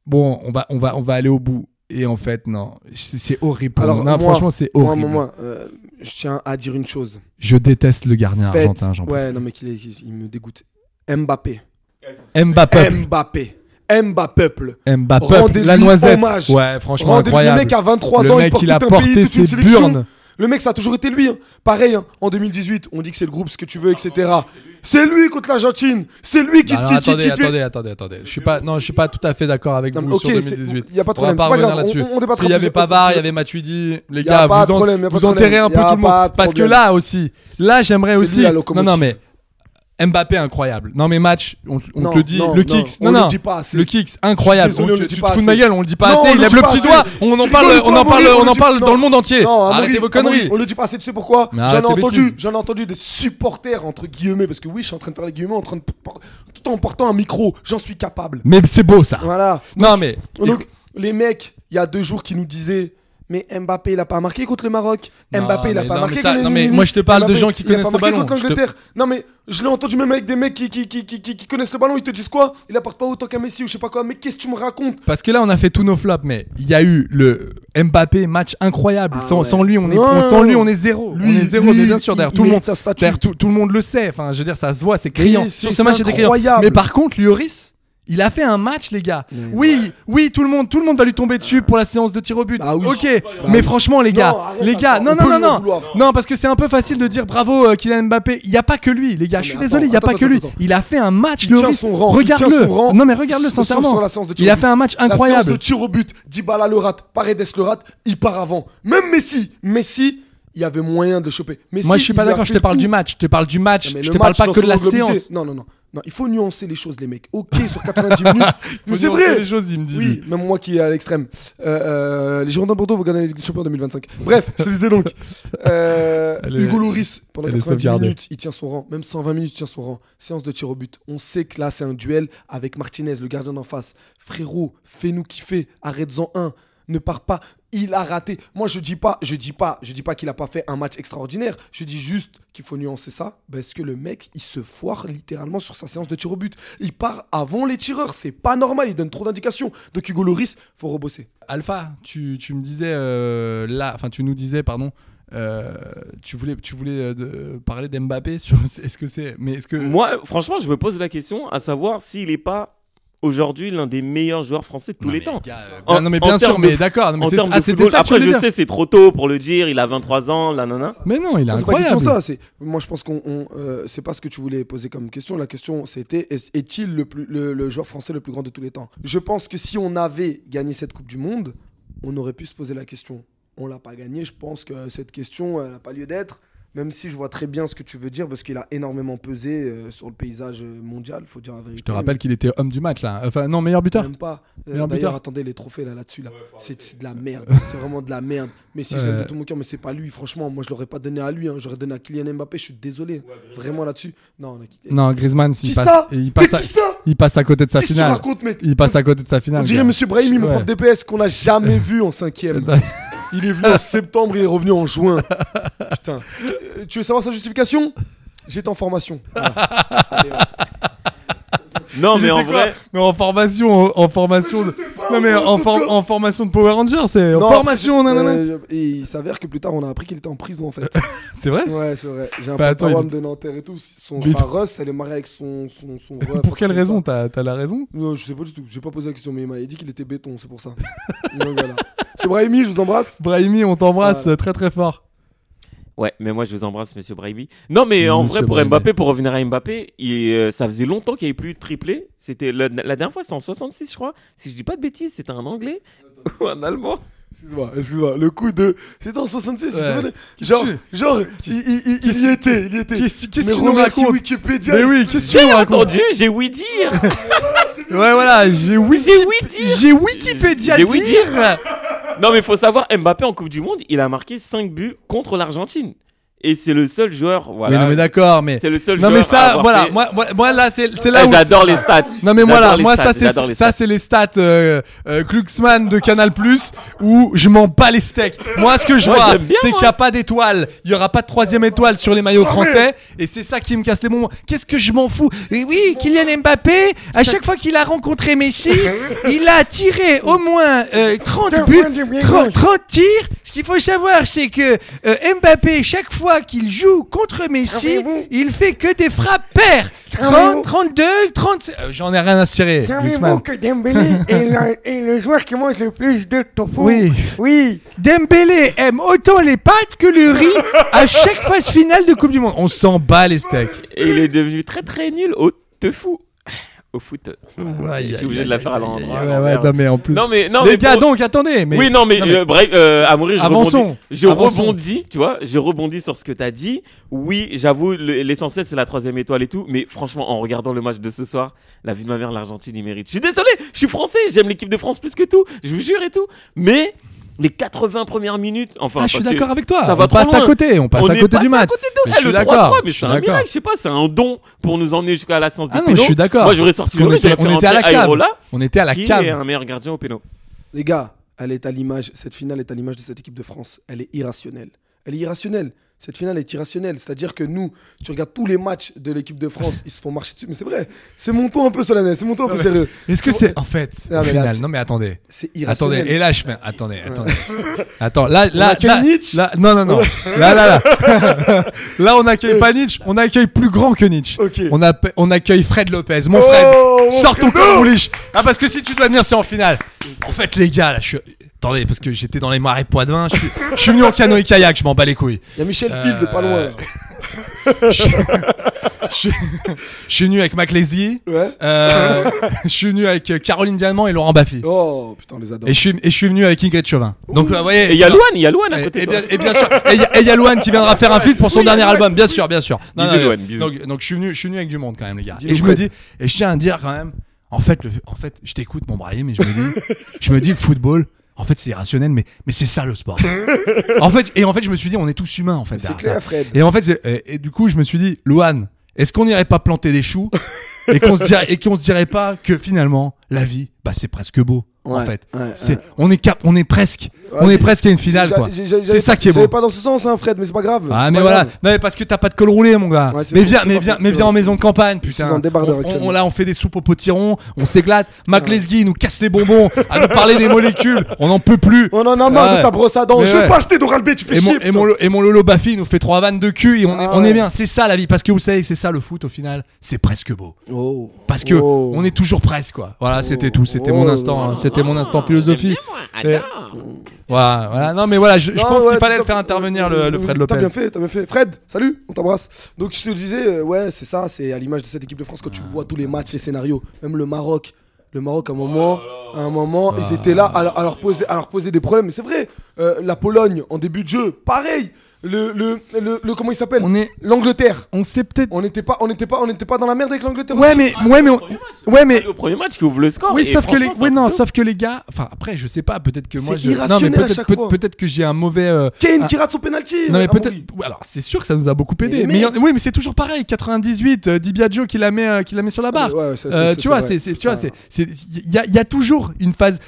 Speaker 8: bon, on va on va on va aller au bout. Et en fait, non, c'est c'est horrible. pour
Speaker 9: Alors,
Speaker 8: nous. Non,
Speaker 9: moi,
Speaker 8: franchement, c'est
Speaker 9: Moi,
Speaker 8: horrible.
Speaker 9: moi, moi, euh, je tiens à dire une chose.
Speaker 8: Je déteste le gardien
Speaker 9: Faites-
Speaker 8: argentin, j'en
Speaker 9: Ouais, non, mais qu'il est- qu'il- il me dégoûte. Mbappé.
Speaker 8: Mbappé.
Speaker 9: Mbappé. Mbappé.
Speaker 8: Mbappé.
Speaker 9: Rendez-lui
Speaker 8: La noisette.
Speaker 9: hommage.
Speaker 8: Ouais, franchement,
Speaker 9: Rendez-lui-
Speaker 8: incroyable.
Speaker 9: Le mec à 23
Speaker 8: Le
Speaker 9: ans,
Speaker 8: mec,
Speaker 9: il porte
Speaker 8: il a
Speaker 9: tout un
Speaker 8: porté
Speaker 9: pays, toute une
Speaker 8: ses
Speaker 9: sélection.
Speaker 8: burnes.
Speaker 9: Le mec, ça a toujours été lui. hein. Pareil, hein, en 2018, on dit que c'est le groupe, ce que tu veux, etc. C'est lui contre l'Argentine. C'est lui qui
Speaker 8: Non,
Speaker 9: te
Speaker 8: non,
Speaker 9: qui- qui-
Speaker 8: attendez,
Speaker 9: qui te fait-
Speaker 8: attendez, attendez, attendez. Je suis pas, non, je suis pas tout à fait d'accord avec
Speaker 9: Non, mais
Speaker 8: vous
Speaker 9: ok,
Speaker 8: sur
Speaker 9: c'est-
Speaker 8: 2018.
Speaker 9: y a pas de
Speaker 8: On va
Speaker 9: problème, c'est pas
Speaker 8: revenir
Speaker 9: grave,
Speaker 8: là-dessus.
Speaker 9: on- on débattra
Speaker 8: Parce qu'il y
Speaker 9: plus-
Speaker 8: avait Pavard, il y avait Matuidi, les
Speaker 9: Y a
Speaker 8: gars,
Speaker 9: pas de
Speaker 8: vous, en-
Speaker 9: problème, y a pas
Speaker 8: vous
Speaker 9: de problème.
Speaker 8: enterrez un peu
Speaker 9: Y a
Speaker 8: tout le
Speaker 9: pas
Speaker 8: monde.
Speaker 9: de
Speaker 8: Parce que
Speaker 9: problème.
Speaker 8: là aussi, là, j'aimerais
Speaker 9: C'est lui
Speaker 8: aussi.
Speaker 9: la
Speaker 8: Non,
Speaker 9: locomotive.
Speaker 8: non, mais Mbappé incroyable. Non mais match, on, on
Speaker 9: Non,
Speaker 8: te le dit,
Speaker 9: non,
Speaker 8: le
Speaker 9: non,
Speaker 8: kicks,
Speaker 9: on
Speaker 8: non
Speaker 9: le
Speaker 8: non,
Speaker 9: dit pas assez.
Speaker 8: le kicks incroyable.
Speaker 9: Je suis
Speaker 8: On-
Speaker 9: désolé, on le
Speaker 8: tu
Speaker 9: dit
Speaker 8: tu
Speaker 9: pas
Speaker 8: te fous de
Speaker 9: assez.
Speaker 8: ma gueule, on le dit pas
Speaker 9: Non, on
Speaker 8: assez. Il
Speaker 9: le
Speaker 8: lève
Speaker 9: dit
Speaker 8: le
Speaker 9: pas
Speaker 8: petit
Speaker 9: assez.
Speaker 8: doigt, on en parle, on
Speaker 9: Tu rigoles ou quoi,
Speaker 8: en parle,
Speaker 9: Amaury On
Speaker 8: on
Speaker 9: le
Speaker 8: en
Speaker 9: dit-
Speaker 8: parle
Speaker 9: non.
Speaker 8: dans le monde entier.
Speaker 9: Non, Amaury,
Speaker 8: Arrêtez vos
Speaker 9: Amaury,
Speaker 8: conneries.
Speaker 9: On le dit pas assez, tu sais pourquoi
Speaker 8: Mais
Speaker 9: J'en ai
Speaker 8: arrêtez vos
Speaker 9: entendu,
Speaker 8: bêtises.
Speaker 9: j'en ai entendu des supporters entre guillemets parce que oui, je suis en train de faire les guillemets en train de por- tout en portant un micro, j'en suis capable.
Speaker 8: Mais c'est beau ça.
Speaker 9: Voilà.
Speaker 8: Non mais
Speaker 9: Donc les mecs, il y a deux jours qui nous disaient mais Mbappé il a pas marqué contre le Maroc.
Speaker 8: Non,
Speaker 9: Mbappé il a
Speaker 8: mais
Speaker 9: pas
Speaker 8: non,
Speaker 9: marqué.
Speaker 8: mais ça-
Speaker 9: contre-
Speaker 8: non, mais
Speaker 9: ni- ni-
Speaker 8: moi, je te parle de
Speaker 9: Mbappé,
Speaker 8: gens qui
Speaker 9: il a
Speaker 8: connaissent
Speaker 9: pas
Speaker 8: le
Speaker 9: marqué
Speaker 8: ballon.
Speaker 9: contre
Speaker 8: Je te-
Speaker 9: l'Angleterre. Non mais je l'ai entendu même avec des mecs qui, qui, qui, qui, qui- qui connaissent le ballon, ils te disent quoi Il apporte pas autant qu'un Messi ou je sais pas quoi. Mais qu'est-ce que tu me racontes
Speaker 8: Parce que là, on a fait tous nos flops, mais il y a eu le Mbappé match incroyable. sans, sans lui, on est,
Speaker 9: Ah Non,
Speaker 8: on- sans lui,
Speaker 9: non.
Speaker 8: on est zéro.
Speaker 9: Lui,
Speaker 8: on est zéro,
Speaker 9: lui,
Speaker 8: mais bien sûr,
Speaker 9: il-
Speaker 8: derrière
Speaker 9: il
Speaker 8: tout le monde,
Speaker 9: mérite sa statue.
Speaker 8: derrière tout, tout le monde le sait. Enfin, je veux dire, ça se voit, c'est criant.
Speaker 9: Oui,
Speaker 8: Sur
Speaker 9: c'est-
Speaker 8: ce match,
Speaker 9: c'est
Speaker 8: c'était criant.
Speaker 9: incroyable.
Speaker 8: Mais par contre, Lloris, il a fait un match, les gars. oui, oui, tout le monde, tout le monde va lui tomber dessus pour la séance de tir au but.
Speaker 9: Bah oui.
Speaker 8: Ok,
Speaker 9: Bah
Speaker 8: mais
Speaker 9: oui.
Speaker 8: franchement, les gars,
Speaker 9: Non, arrête,
Speaker 8: les gars,
Speaker 9: attends,
Speaker 8: non,
Speaker 9: on
Speaker 8: non,
Speaker 9: peut
Speaker 8: non,
Speaker 9: lui en
Speaker 8: non,
Speaker 9: vouloir.
Speaker 8: non, parce que c'est un peu facile de dire bravo euh, Kylian Mbappé. Il y a pas que lui, les gars. Je suis
Speaker 9: mais
Speaker 8: désolé, il y a
Speaker 9: attends,
Speaker 8: pas que lui.
Speaker 9: attends, attends.
Speaker 8: Il a fait un match,
Speaker 9: Il tient
Speaker 8: Lloris.
Speaker 9: son rang, il tient
Speaker 8: Regarde-le.
Speaker 9: son rang.
Speaker 8: Non, mais regarde-le
Speaker 9: Sur- sur
Speaker 8: sincèrement.
Speaker 9: la séance de tir
Speaker 8: Il a
Speaker 9: au but.
Speaker 8: fait un match
Speaker 9: La séance
Speaker 8: incroyable.
Speaker 9: de tir au but, Dybala le rate, Paredes le rate, il part avant. Même Messi, Messi, il y avait moyen de le choper. Messi,
Speaker 8: Moi, je suis
Speaker 9: il
Speaker 8: pas
Speaker 9: lui a
Speaker 8: d'accord. Je
Speaker 9: fait
Speaker 8: te
Speaker 9: le
Speaker 8: parle
Speaker 9: coup.
Speaker 8: du match. Je te parle du match.
Speaker 9: Non, mais
Speaker 8: je
Speaker 9: le
Speaker 8: te parle
Speaker 9: match
Speaker 8: pas
Speaker 9: dans
Speaker 8: que de
Speaker 9: son
Speaker 8: la
Speaker 9: globalité-
Speaker 8: séance.
Speaker 9: Non, non, non. Non, il faut nuancer les choses, les mecs. Ok, sur 90 minutes. mais
Speaker 8: Faut
Speaker 9: c'est
Speaker 8: nuancer
Speaker 9: vrai.
Speaker 8: les choses, il me dit,
Speaker 9: Oui,
Speaker 8: lui.
Speaker 9: même moi qui est à l'extrême. Euh, euh, les Girondins de Bordeaux vont gagner la Ligue des Champions en 2025. Bref, je te disais donc. Euh,
Speaker 8: Elle est-
Speaker 9: Hugo Loris, pendant
Speaker 8: elle est
Speaker 9: 90
Speaker 8: sauvegardée.
Speaker 9: minutes, il tient son rang. Même 120 minutes, il tient son rang. Séance de tir au but. On sait que là, c'est un duel avec Martinez, le gardien d'en face. Frérot, fais-nous kiffer. Arrête-en un. Ne pars pas. Il a raté. Moi, je dis pas, je dis pas, je dis pas qu'il a pas fait un match extraordinaire. Je dis juste qu'il faut nuancer ça parce que le mec, il se foire littéralement sur sa séance de tir au but. Il part avant les tireurs. C'est pas normal. Il donne trop d'indications. Donc Hugo Loris, faut rebosser.
Speaker 8: Alpha, tu, tu me disais euh, là, enfin tu nous disais pardon, euh, tu voulais tu voulais euh, de- parler d'Mbappé sur est-ce que c'est mais est-ce que
Speaker 10: Moi, franchement, je me pose la question à savoir s'il n'est pas aujourd'hui l'un des meilleurs joueurs français de tous les temps.
Speaker 8: bien- euh, non, mais bien sûr,
Speaker 10: termes
Speaker 8: mais
Speaker 10: de f-
Speaker 8: d'accord, non, mais
Speaker 10: en
Speaker 8: c'est-
Speaker 10: termes
Speaker 8: ah,
Speaker 10: de
Speaker 8: c'était
Speaker 10: football.
Speaker 8: ça que tu
Speaker 10: Après,
Speaker 8: voulais
Speaker 10: je
Speaker 8: dire.
Speaker 10: sais, c'est trop tôt pour le dire. Il a 23 ans, la nana.
Speaker 8: Mais non, il est
Speaker 9: Non, C'est pas question
Speaker 8: incroyable.
Speaker 9: ça. c'est- Moi, je pense qu'on. on, euh, c'est pas ce que tu voulais poser comme question. La question, c'était est- est-il le, plus- le, le joueur français le plus grand de tous les temps Je pense que si on avait gagné cette Coupe du Monde, on aurait pu se poser la question. On l'a pas gagné. Je pense que cette question, elle n'a pas lieu d'être. Même si je vois très bien ce que tu veux dire, parce qu'il a énormément pesé euh, sur le paysage euh, mondial, faut dire la vérité.
Speaker 8: Je te rappelle qu'il était homme du match là. Enfin non, meilleur buteur.
Speaker 9: Même pas. Euh,
Speaker 8: Meilleur
Speaker 9: D'ailleurs,
Speaker 8: buteur.
Speaker 9: attendez les trophées là là-dessus là. c'est c'est de la merde. c'est vraiment de la merde. Mais si
Speaker 8: Ouais.
Speaker 9: j'aime de tout mon cœur, mais c'est pas lui. Franchement, moi je l'aurais pas donné à lui. hein. J'aurais donné à Kylian Mbappé. Je suis désolé. vraiment là-dessus. Non, on a quitté.
Speaker 8: Non, Griezmann, s'il
Speaker 9: Qui
Speaker 8: passe,
Speaker 9: ça
Speaker 8: il passe,
Speaker 9: Mais
Speaker 8: à,
Speaker 9: qui ça
Speaker 8: il passe à côté de sa
Speaker 9: Qu'est-ce que tu
Speaker 8: finale.
Speaker 9: racontes, mec
Speaker 8: il passe à côté de sa finale.
Speaker 9: On dirait
Speaker 8: gars.
Speaker 9: Monsieur Brahim, il me
Speaker 8: Ouais.
Speaker 9: prend DPS qu'on n'a jamais vu en cinquième. il est venu en septembre, il est revenu en juin. Putain. Euh, Tu veux savoir sa justification J'étais en formation. Voilà.
Speaker 10: Non, mais en
Speaker 8: C'était quoi
Speaker 10: vrai,
Speaker 8: mais en formation, en, en formation, de- non mais en, for- en formation de Power Rangers, c'est en
Speaker 9: Non,
Speaker 8: formation,
Speaker 9: euh,
Speaker 8: nanana.
Speaker 9: et il s'avère que plus tard, on a appris qu'il était en prison en fait.
Speaker 8: C'est vrai.
Speaker 9: Ouais, c'est vrai. J'ai un
Speaker 8: Bah,
Speaker 9: pote à
Speaker 8: attends,
Speaker 9: Rome
Speaker 8: il-
Speaker 9: de Nanterre et tout. Son
Speaker 8: Mais-
Speaker 9: sa Russ, elle est mariée avec son son son. ref,
Speaker 8: Pour quelle
Speaker 9: comme
Speaker 8: raison
Speaker 9: ça.
Speaker 8: T'as t'as la raison.
Speaker 9: Non, je sais pas du tout. J'ai pas posé la question, mais il m'a dit qu'il était béton, c'est pour ça. Donc voilà. C'est Brahimi, je vous embrasse.
Speaker 8: Brahimi, on t'embrasse
Speaker 9: Voilà.
Speaker 8: euh, très très fort.
Speaker 10: ouais, mais moi je vous embrasse, monsieur Brahimi. Non, mais en
Speaker 8: Monsieur
Speaker 10: vrai, pour
Speaker 8: Brahimi.
Speaker 10: Mbappé, pour revenir à Mbappé, il, euh, ça faisait longtemps qu'il n'y avait plus de triplé. C'était la, la dernière fois, c'était en 66, je crois. Si je dis pas de bêtises, c'était un anglais ou un allemand.
Speaker 9: Excuse-moi, excuse-moi. Le coup de. C'était en 66, je
Speaker 8: Ouais.
Speaker 9: te demandais.
Speaker 8: Qu'est-ce
Speaker 9: Genre,
Speaker 8: que tu-
Speaker 9: genre, il, il, il- il y était, il y était.
Speaker 8: qu'est-ce- qu'est-ce
Speaker 9: mais
Speaker 8: que tu nous
Speaker 9: remercie
Speaker 8: racontes
Speaker 9: Wikipédia.
Speaker 8: Mais
Speaker 9: il-
Speaker 8: oui, qu'est-ce que tu racontes
Speaker 10: Entendu, j'ai oui dire.
Speaker 8: Ouais, voilà, j'ai Wiki... j'ai Wikipédia
Speaker 10: J'ai oui
Speaker 8: dire.
Speaker 10: Non, mais il faut savoir, Mbappé en Coupe du Monde, il a marqué 5 buts contre l'Argentine. Et c'est le seul joueur. Voilà.
Speaker 8: Mais non, mais d'accord, mais.
Speaker 10: C'est le seul
Speaker 8: Non, mais
Speaker 10: joueur à
Speaker 8: ça,
Speaker 10: avoir
Speaker 8: voilà,
Speaker 10: fait-
Speaker 8: moi, moi, moi, là, c'est c'est là
Speaker 10: Ah,
Speaker 8: où.
Speaker 10: J'adore les stats.
Speaker 8: Non, mais moi,
Speaker 10: J'adore
Speaker 8: là,
Speaker 10: les
Speaker 8: moi,
Speaker 10: stats,
Speaker 8: ça, c'est
Speaker 10: j'adore les
Speaker 8: ça,
Speaker 10: stats.
Speaker 8: c'est les stats euh, euh, Kluxman de Canal Plus où je m'en bats les steaks. Moi, ce que je
Speaker 10: Moi,
Speaker 8: vois,
Speaker 10: j'aime bien,
Speaker 8: c'est
Speaker 10: moi.
Speaker 8: qu'il n'y a pas d'étoile. Il y aura pas de troisième étoile sur les maillots français, et c'est ça qui me casse les moments. Qu'est-ce que je m'en fous Et oui, Kylian Mbappé, à chaque fois qu'il a rencontré Messi, il a tiré au moins euh, 30 buts, 30, 30 tirs. Ce qu'il faut savoir, c'est que euh, Mbappé, chaque fois qu'il joue contre Messi, il fait que des frappes paires. 30, 32, 30. Euh, J'en ai rien à cirer, Glucksmann. Oui. Oui. Dembélé aime autant les pâtes que le riz à chaque phase finale de Coupe du Monde. On s'en bat les steaks.
Speaker 10: Et il est devenu très très nul au te fou. Au foot.
Speaker 8: Ouais,
Speaker 10: Je
Speaker 8: aïe,
Speaker 10: suis obligé
Speaker 8: aïe,
Speaker 10: de la
Speaker 8: aïe,
Speaker 10: faire à
Speaker 8: aïe,
Speaker 10: l'endroit.
Speaker 8: aïe,
Speaker 10: à
Speaker 8: ouais,
Speaker 10: l'envers.
Speaker 8: ouais, non, mais en plus.
Speaker 10: Non, mais non
Speaker 8: les
Speaker 10: mais
Speaker 8: gars,
Speaker 10: pour-
Speaker 8: donc attendez. Mais...
Speaker 10: oui, non, mais,
Speaker 8: non, mais-
Speaker 10: euh, bref, euh, Amaury, je
Speaker 8: Avançons.
Speaker 10: rebondis. Je
Speaker 8: Avançons.
Speaker 10: rebondis, tu vois, je rebondis sur ce que t'as dit. Oui, j'avoue, le- l'essentiel, c'est la troisième étoile et tout. Mais franchement, en regardant le match de ce soir, la vie de ma mère, l'Argentine, il mérite. Je suis désolé, je suis français, j'aime l'équipe de France plus que tout, je vous jure et tout. Mais les 80 premières minutes, enfin,
Speaker 8: Ah, je suis
Speaker 10: parce que
Speaker 8: d'accord avec toi.
Speaker 10: Ça
Speaker 8: on
Speaker 10: va trop
Speaker 8: passe à
Speaker 10: loin.
Speaker 8: côté, on passe à
Speaker 10: est
Speaker 8: côté
Speaker 10: passé
Speaker 8: du match.
Speaker 10: côté de-
Speaker 8: Mais
Speaker 10: Ah,
Speaker 8: je suis
Speaker 10: le 3-3,
Speaker 8: d'accord,
Speaker 10: mais
Speaker 8: je
Speaker 10: c'est
Speaker 8: suis
Speaker 10: un
Speaker 8: d'accord.
Speaker 10: miracle, je sais pas, c'est un don pour nous emmener jusqu'à la séance des
Speaker 8: Ah non, mais
Speaker 10: pénaux.
Speaker 8: je suis d'accord.
Speaker 10: Moi, j'aurais sorti
Speaker 8: Parce qu'on
Speaker 10: le
Speaker 8: était,
Speaker 10: j'aurais
Speaker 8: on
Speaker 10: fait
Speaker 8: était à la
Speaker 10: entrer
Speaker 8: cave.
Speaker 10: Airola,
Speaker 8: On était à la
Speaker 10: qui est
Speaker 8: cave.
Speaker 10: un meilleur gardien au pénal.
Speaker 9: Les gars, elle est à l'image, cette finale est à l'image de cette équipe de France. Elle est irrationnelle. Elle est irrationnelle. Cette finale est irrationnelle. C'est-à-dire que nous, tu regardes tous les matchs de l'équipe de France, ils se font marcher dessus. Mais c'est vrai, c'est mon ton un peu solennel, c'est mon ton un peu sérieux.
Speaker 8: Est-ce que c'est en fait
Speaker 9: Oh. Non,
Speaker 8: au
Speaker 9: mais là,
Speaker 8: final
Speaker 9: c'est-
Speaker 8: Non mais attendez.
Speaker 9: C'est irrationnel.
Speaker 8: Attendez, et là je fais attendez, attendez. Attends, là là
Speaker 9: a
Speaker 8: là,
Speaker 9: Kelnitch
Speaker 8: là- non non non. là là là. là on accueille pas Nietzsche, on accueille plus grand que Nietzsche.
Speaker 9: Ok.
Speaker 8: On, appe- on accueille Fred Lopez, mon
Speaker 9: Oh,
Speaker 8: Fred.
Speaker 9: mon
Speaker 8: Sors ton
Speaker 9: Fredo
Speaker 8: cambouliche. Ah parce que si tu dois venir c'est en finale. En fait les gars, là je suis attendez parce que j'étais dans les marais Poitevin, je suis je Euh, suis venu en canoë kayak, je m'en bats les couilles.
Speaker 9: Il y a Michel Field, pas loin. là.
Speaker 8: je, suis- je suis venu avec Maclésier.
Speaker 9: Ouais.
Speaker 8: Euh, je suis venu avec euh, Caroline Diamant et Laurent Baffy.
Speaker 9: Oh putain, on les adore.
Speaker 8: Et je suis, et je suis venu avec Ingrid Chauvin. Donc, vous voyez.
Speaker 10: Et il y a Louane, il y a Louane à
Speaker 8: Et,
Speaker 10: côté
Speaker 8: et
Speaker 10: de toi.
Speaker 8: Eh, bien, et bien sûr, et il y a- et il y a Louane qui viendra faire un feat pour son dernier album, bien sûr, bien sûr.
Speaker 10: Bisous, Louane, bisous.
Speaker 8: Donc, donc je suis venu, je suis venu avec du monde quand même, les gars.
Speaker 9: Dis-nous,
Speaker 8: Et je me dis,
Speaker 9: Fred.
Speaker 8: et je tiens à dire quand même, en fait, le, en fait, je t'écoute, mon Brahim, mais je me dis, je me dis, le football, en fait, c'est irrationnel, mais, mais c'est ça le sport. en fait, et en fait, je me suis dit, on est tous humains, en fait.
Speaker 9: C'est
Speaker 8: derrière
Speaker 9: clair,
Speaker 8: ça.
Speaker 9: Fred.
Speaker 8: Et en fait, c'est- et, et du coup, je me suis dit, Louane, est-ce qu'on n'irait pas planter des choux et qu'on se dirait, et qu'on se dirait pas que finalement, la vie, bah, c'est presque beau. en
Speaker 9: Ouais,
Speaker 8: fait,
Speaker 9: ouais,
Speaker 8: c'est on est cap, on est presque, on est
Speaker 9: j'ai-
Speaker 8: presque à une finale
Speaker 9: J'a-
Speaker 8: quoi.
Speaker 9: j'ai- j'ai-
Speaker 8: C'est ça qui est
Speaker 9: j'avais
Speaker 8: beau.
Speaker 9: pas dans ce sens, hein, Fred, mais c'est pas grave.
Speaker 8: Ah
Speaker 9: c'est
Speaker 8: mais
Speaker 9: pas
Speaker 8: voilà,
Speaker 9: grave.
Speaker 8: non mais parce que t'as pas de col roulé mon gars.
Speaker 9: Ouais, c'est
Speaker 8: mais
Speaker 9: vrai,
Speaker 8: viens,
Speaker 9: c'est
Speaker 8: mais
Speaker 9: vrai,
Speaker 8: viens,
Speaker 9: c'est
Speaker 8: mais
Speaker 9: vrai.
Speaker 8: viens en maison de campagne putain.
Speaker 9: suis un débardeur
Speaker 8: on,
Speaker 9: actuellement.
Speaker 8: on- là on fait des soupes au potiron, on s'éclate. Mac Lesguy nous casse les bonbons, à nous parler des molécules, on n'en peut plus.
Speaker 9: On en a marre
Speaker 8: Ah
Speaker 9: de
Speaker 8: ouais.
Speaker 9: ta brosse à dents.
Speaker 8: Mais
Speaker 9: Je vais
Speaker 8: ouais.
Speaker 9: pas acheter d'Oral B, tu fais
Speaker 8: Et mon,
Speaker 9: chier.
Speaker 8: et, mon, lo- et mon Lolo Baffy il nous fait trois vannes de cul et on, est,
Speaker 9: Ah
Speaker 8: on
Speaker 9: ouais.
Speaker 8: est bien. C'est ça la vie. Parce que vous savez, c'est ça le foot au final. C'est presque beau.
Speaker 9: Oh.
Speaker 8: Parce que
Speaker 9: Oh.
Speaker 8: on est toujours presque quoi. Voilà, c'était tout. C'était mon
Speaker 9: Oh.
Speaker 8: instant. hein. C'était mon instant philosophie.
Speaker 6: bien,
Speaker 8: Et- Voilà, voilà. Non mais voilà, je, je
Speaker 9: Non,
Speaker 8: pense
Speaker 9: ouais,
Speaker 8: qu'il fallait
Speaker 9: tout
Speaker 8: le
Speaker 9: ça-
Speaker 8: faire intervenir le, le Fred
Speaker 9: T'as
Speaker 8: Lopez.
Speaker 9: bien fait, t'as bien fait. Fred, salut, on t'embrasse. Donc je te le disais, euh, ouais, c'est ça, c'est à l'image de cette équipe de France quand tu vois tous les matchs, les scénarios, même le Maroc. Le Maroc, à un moment, à un moment, ils étaient là à, leur- à leur poser, à leur poser des problèmes. Mais c'est vrai, euh, la Pologne en début de jeu, pareil. Le, le, le, le- comment il s'appelle
Speaker 8: On est-
Speaker 9: L'Angleterre.
Speaker 8: On sait peut-être.
Speaker 9: On n'était pas, on n'était pas, on n'était pas dans la merde avec l'Angleterre.
Speaker 8: Ouais mais ouais mais on- ouais mais
Speaker 10: Le premier match qui ouvre le score.
Speaker 8: oui
Speaker 10: et
Speaker 8: sauf que les
Speaker 10: franchement,
Speaker 8: ouais
Speaker 10: c'est
Speaker 8: non
Speaker 10: un peu
Speaker 8: sauf que les gars. Enfin après je sais pas peut-être que moi
Speaker 9: C'est
Speaker 8: je non mais
Speaker 9: irrationnel à
Speaker 8: peut-être
Speaker 9: chaque
Speaker 8: peut-
Speaker 9: fois.
Speaker 8: peut-être que j'ai un mauvais euh,
Speaker 9: Kane
Speaker 8: un-
Speaker 9: qui rate son penalty. Ah,
Speaker 8: Non mais
Speaker 9: à
Speaker 8: peut-être.
Speaker 9: Montpellier.
Speaker 8: ouais, Alors c'est sûr que ça nous a beaucoup aidé.
Speaker 9: les
Speaker 8: Mais il y en-
Speaker 9: mecs.
Speaker 8: oui, mais c'est toujours pareil. 98, euh, Di Biagio qui la met, euh, qui la met sur la barre.
Speaker 9: Ah, Ouais, ouais, ça, c'est-
Speaker 8: Euh,
Speaker 9: c'est- c'est
Speaker 8: tu vois,
Speaker 9: vrai. Ah.
Speaker 8: c'est, c'est- tu vois,
Speaker 9: Putain.
Speaker 8: c'est, c'est- il y a, il y a toujours une phase.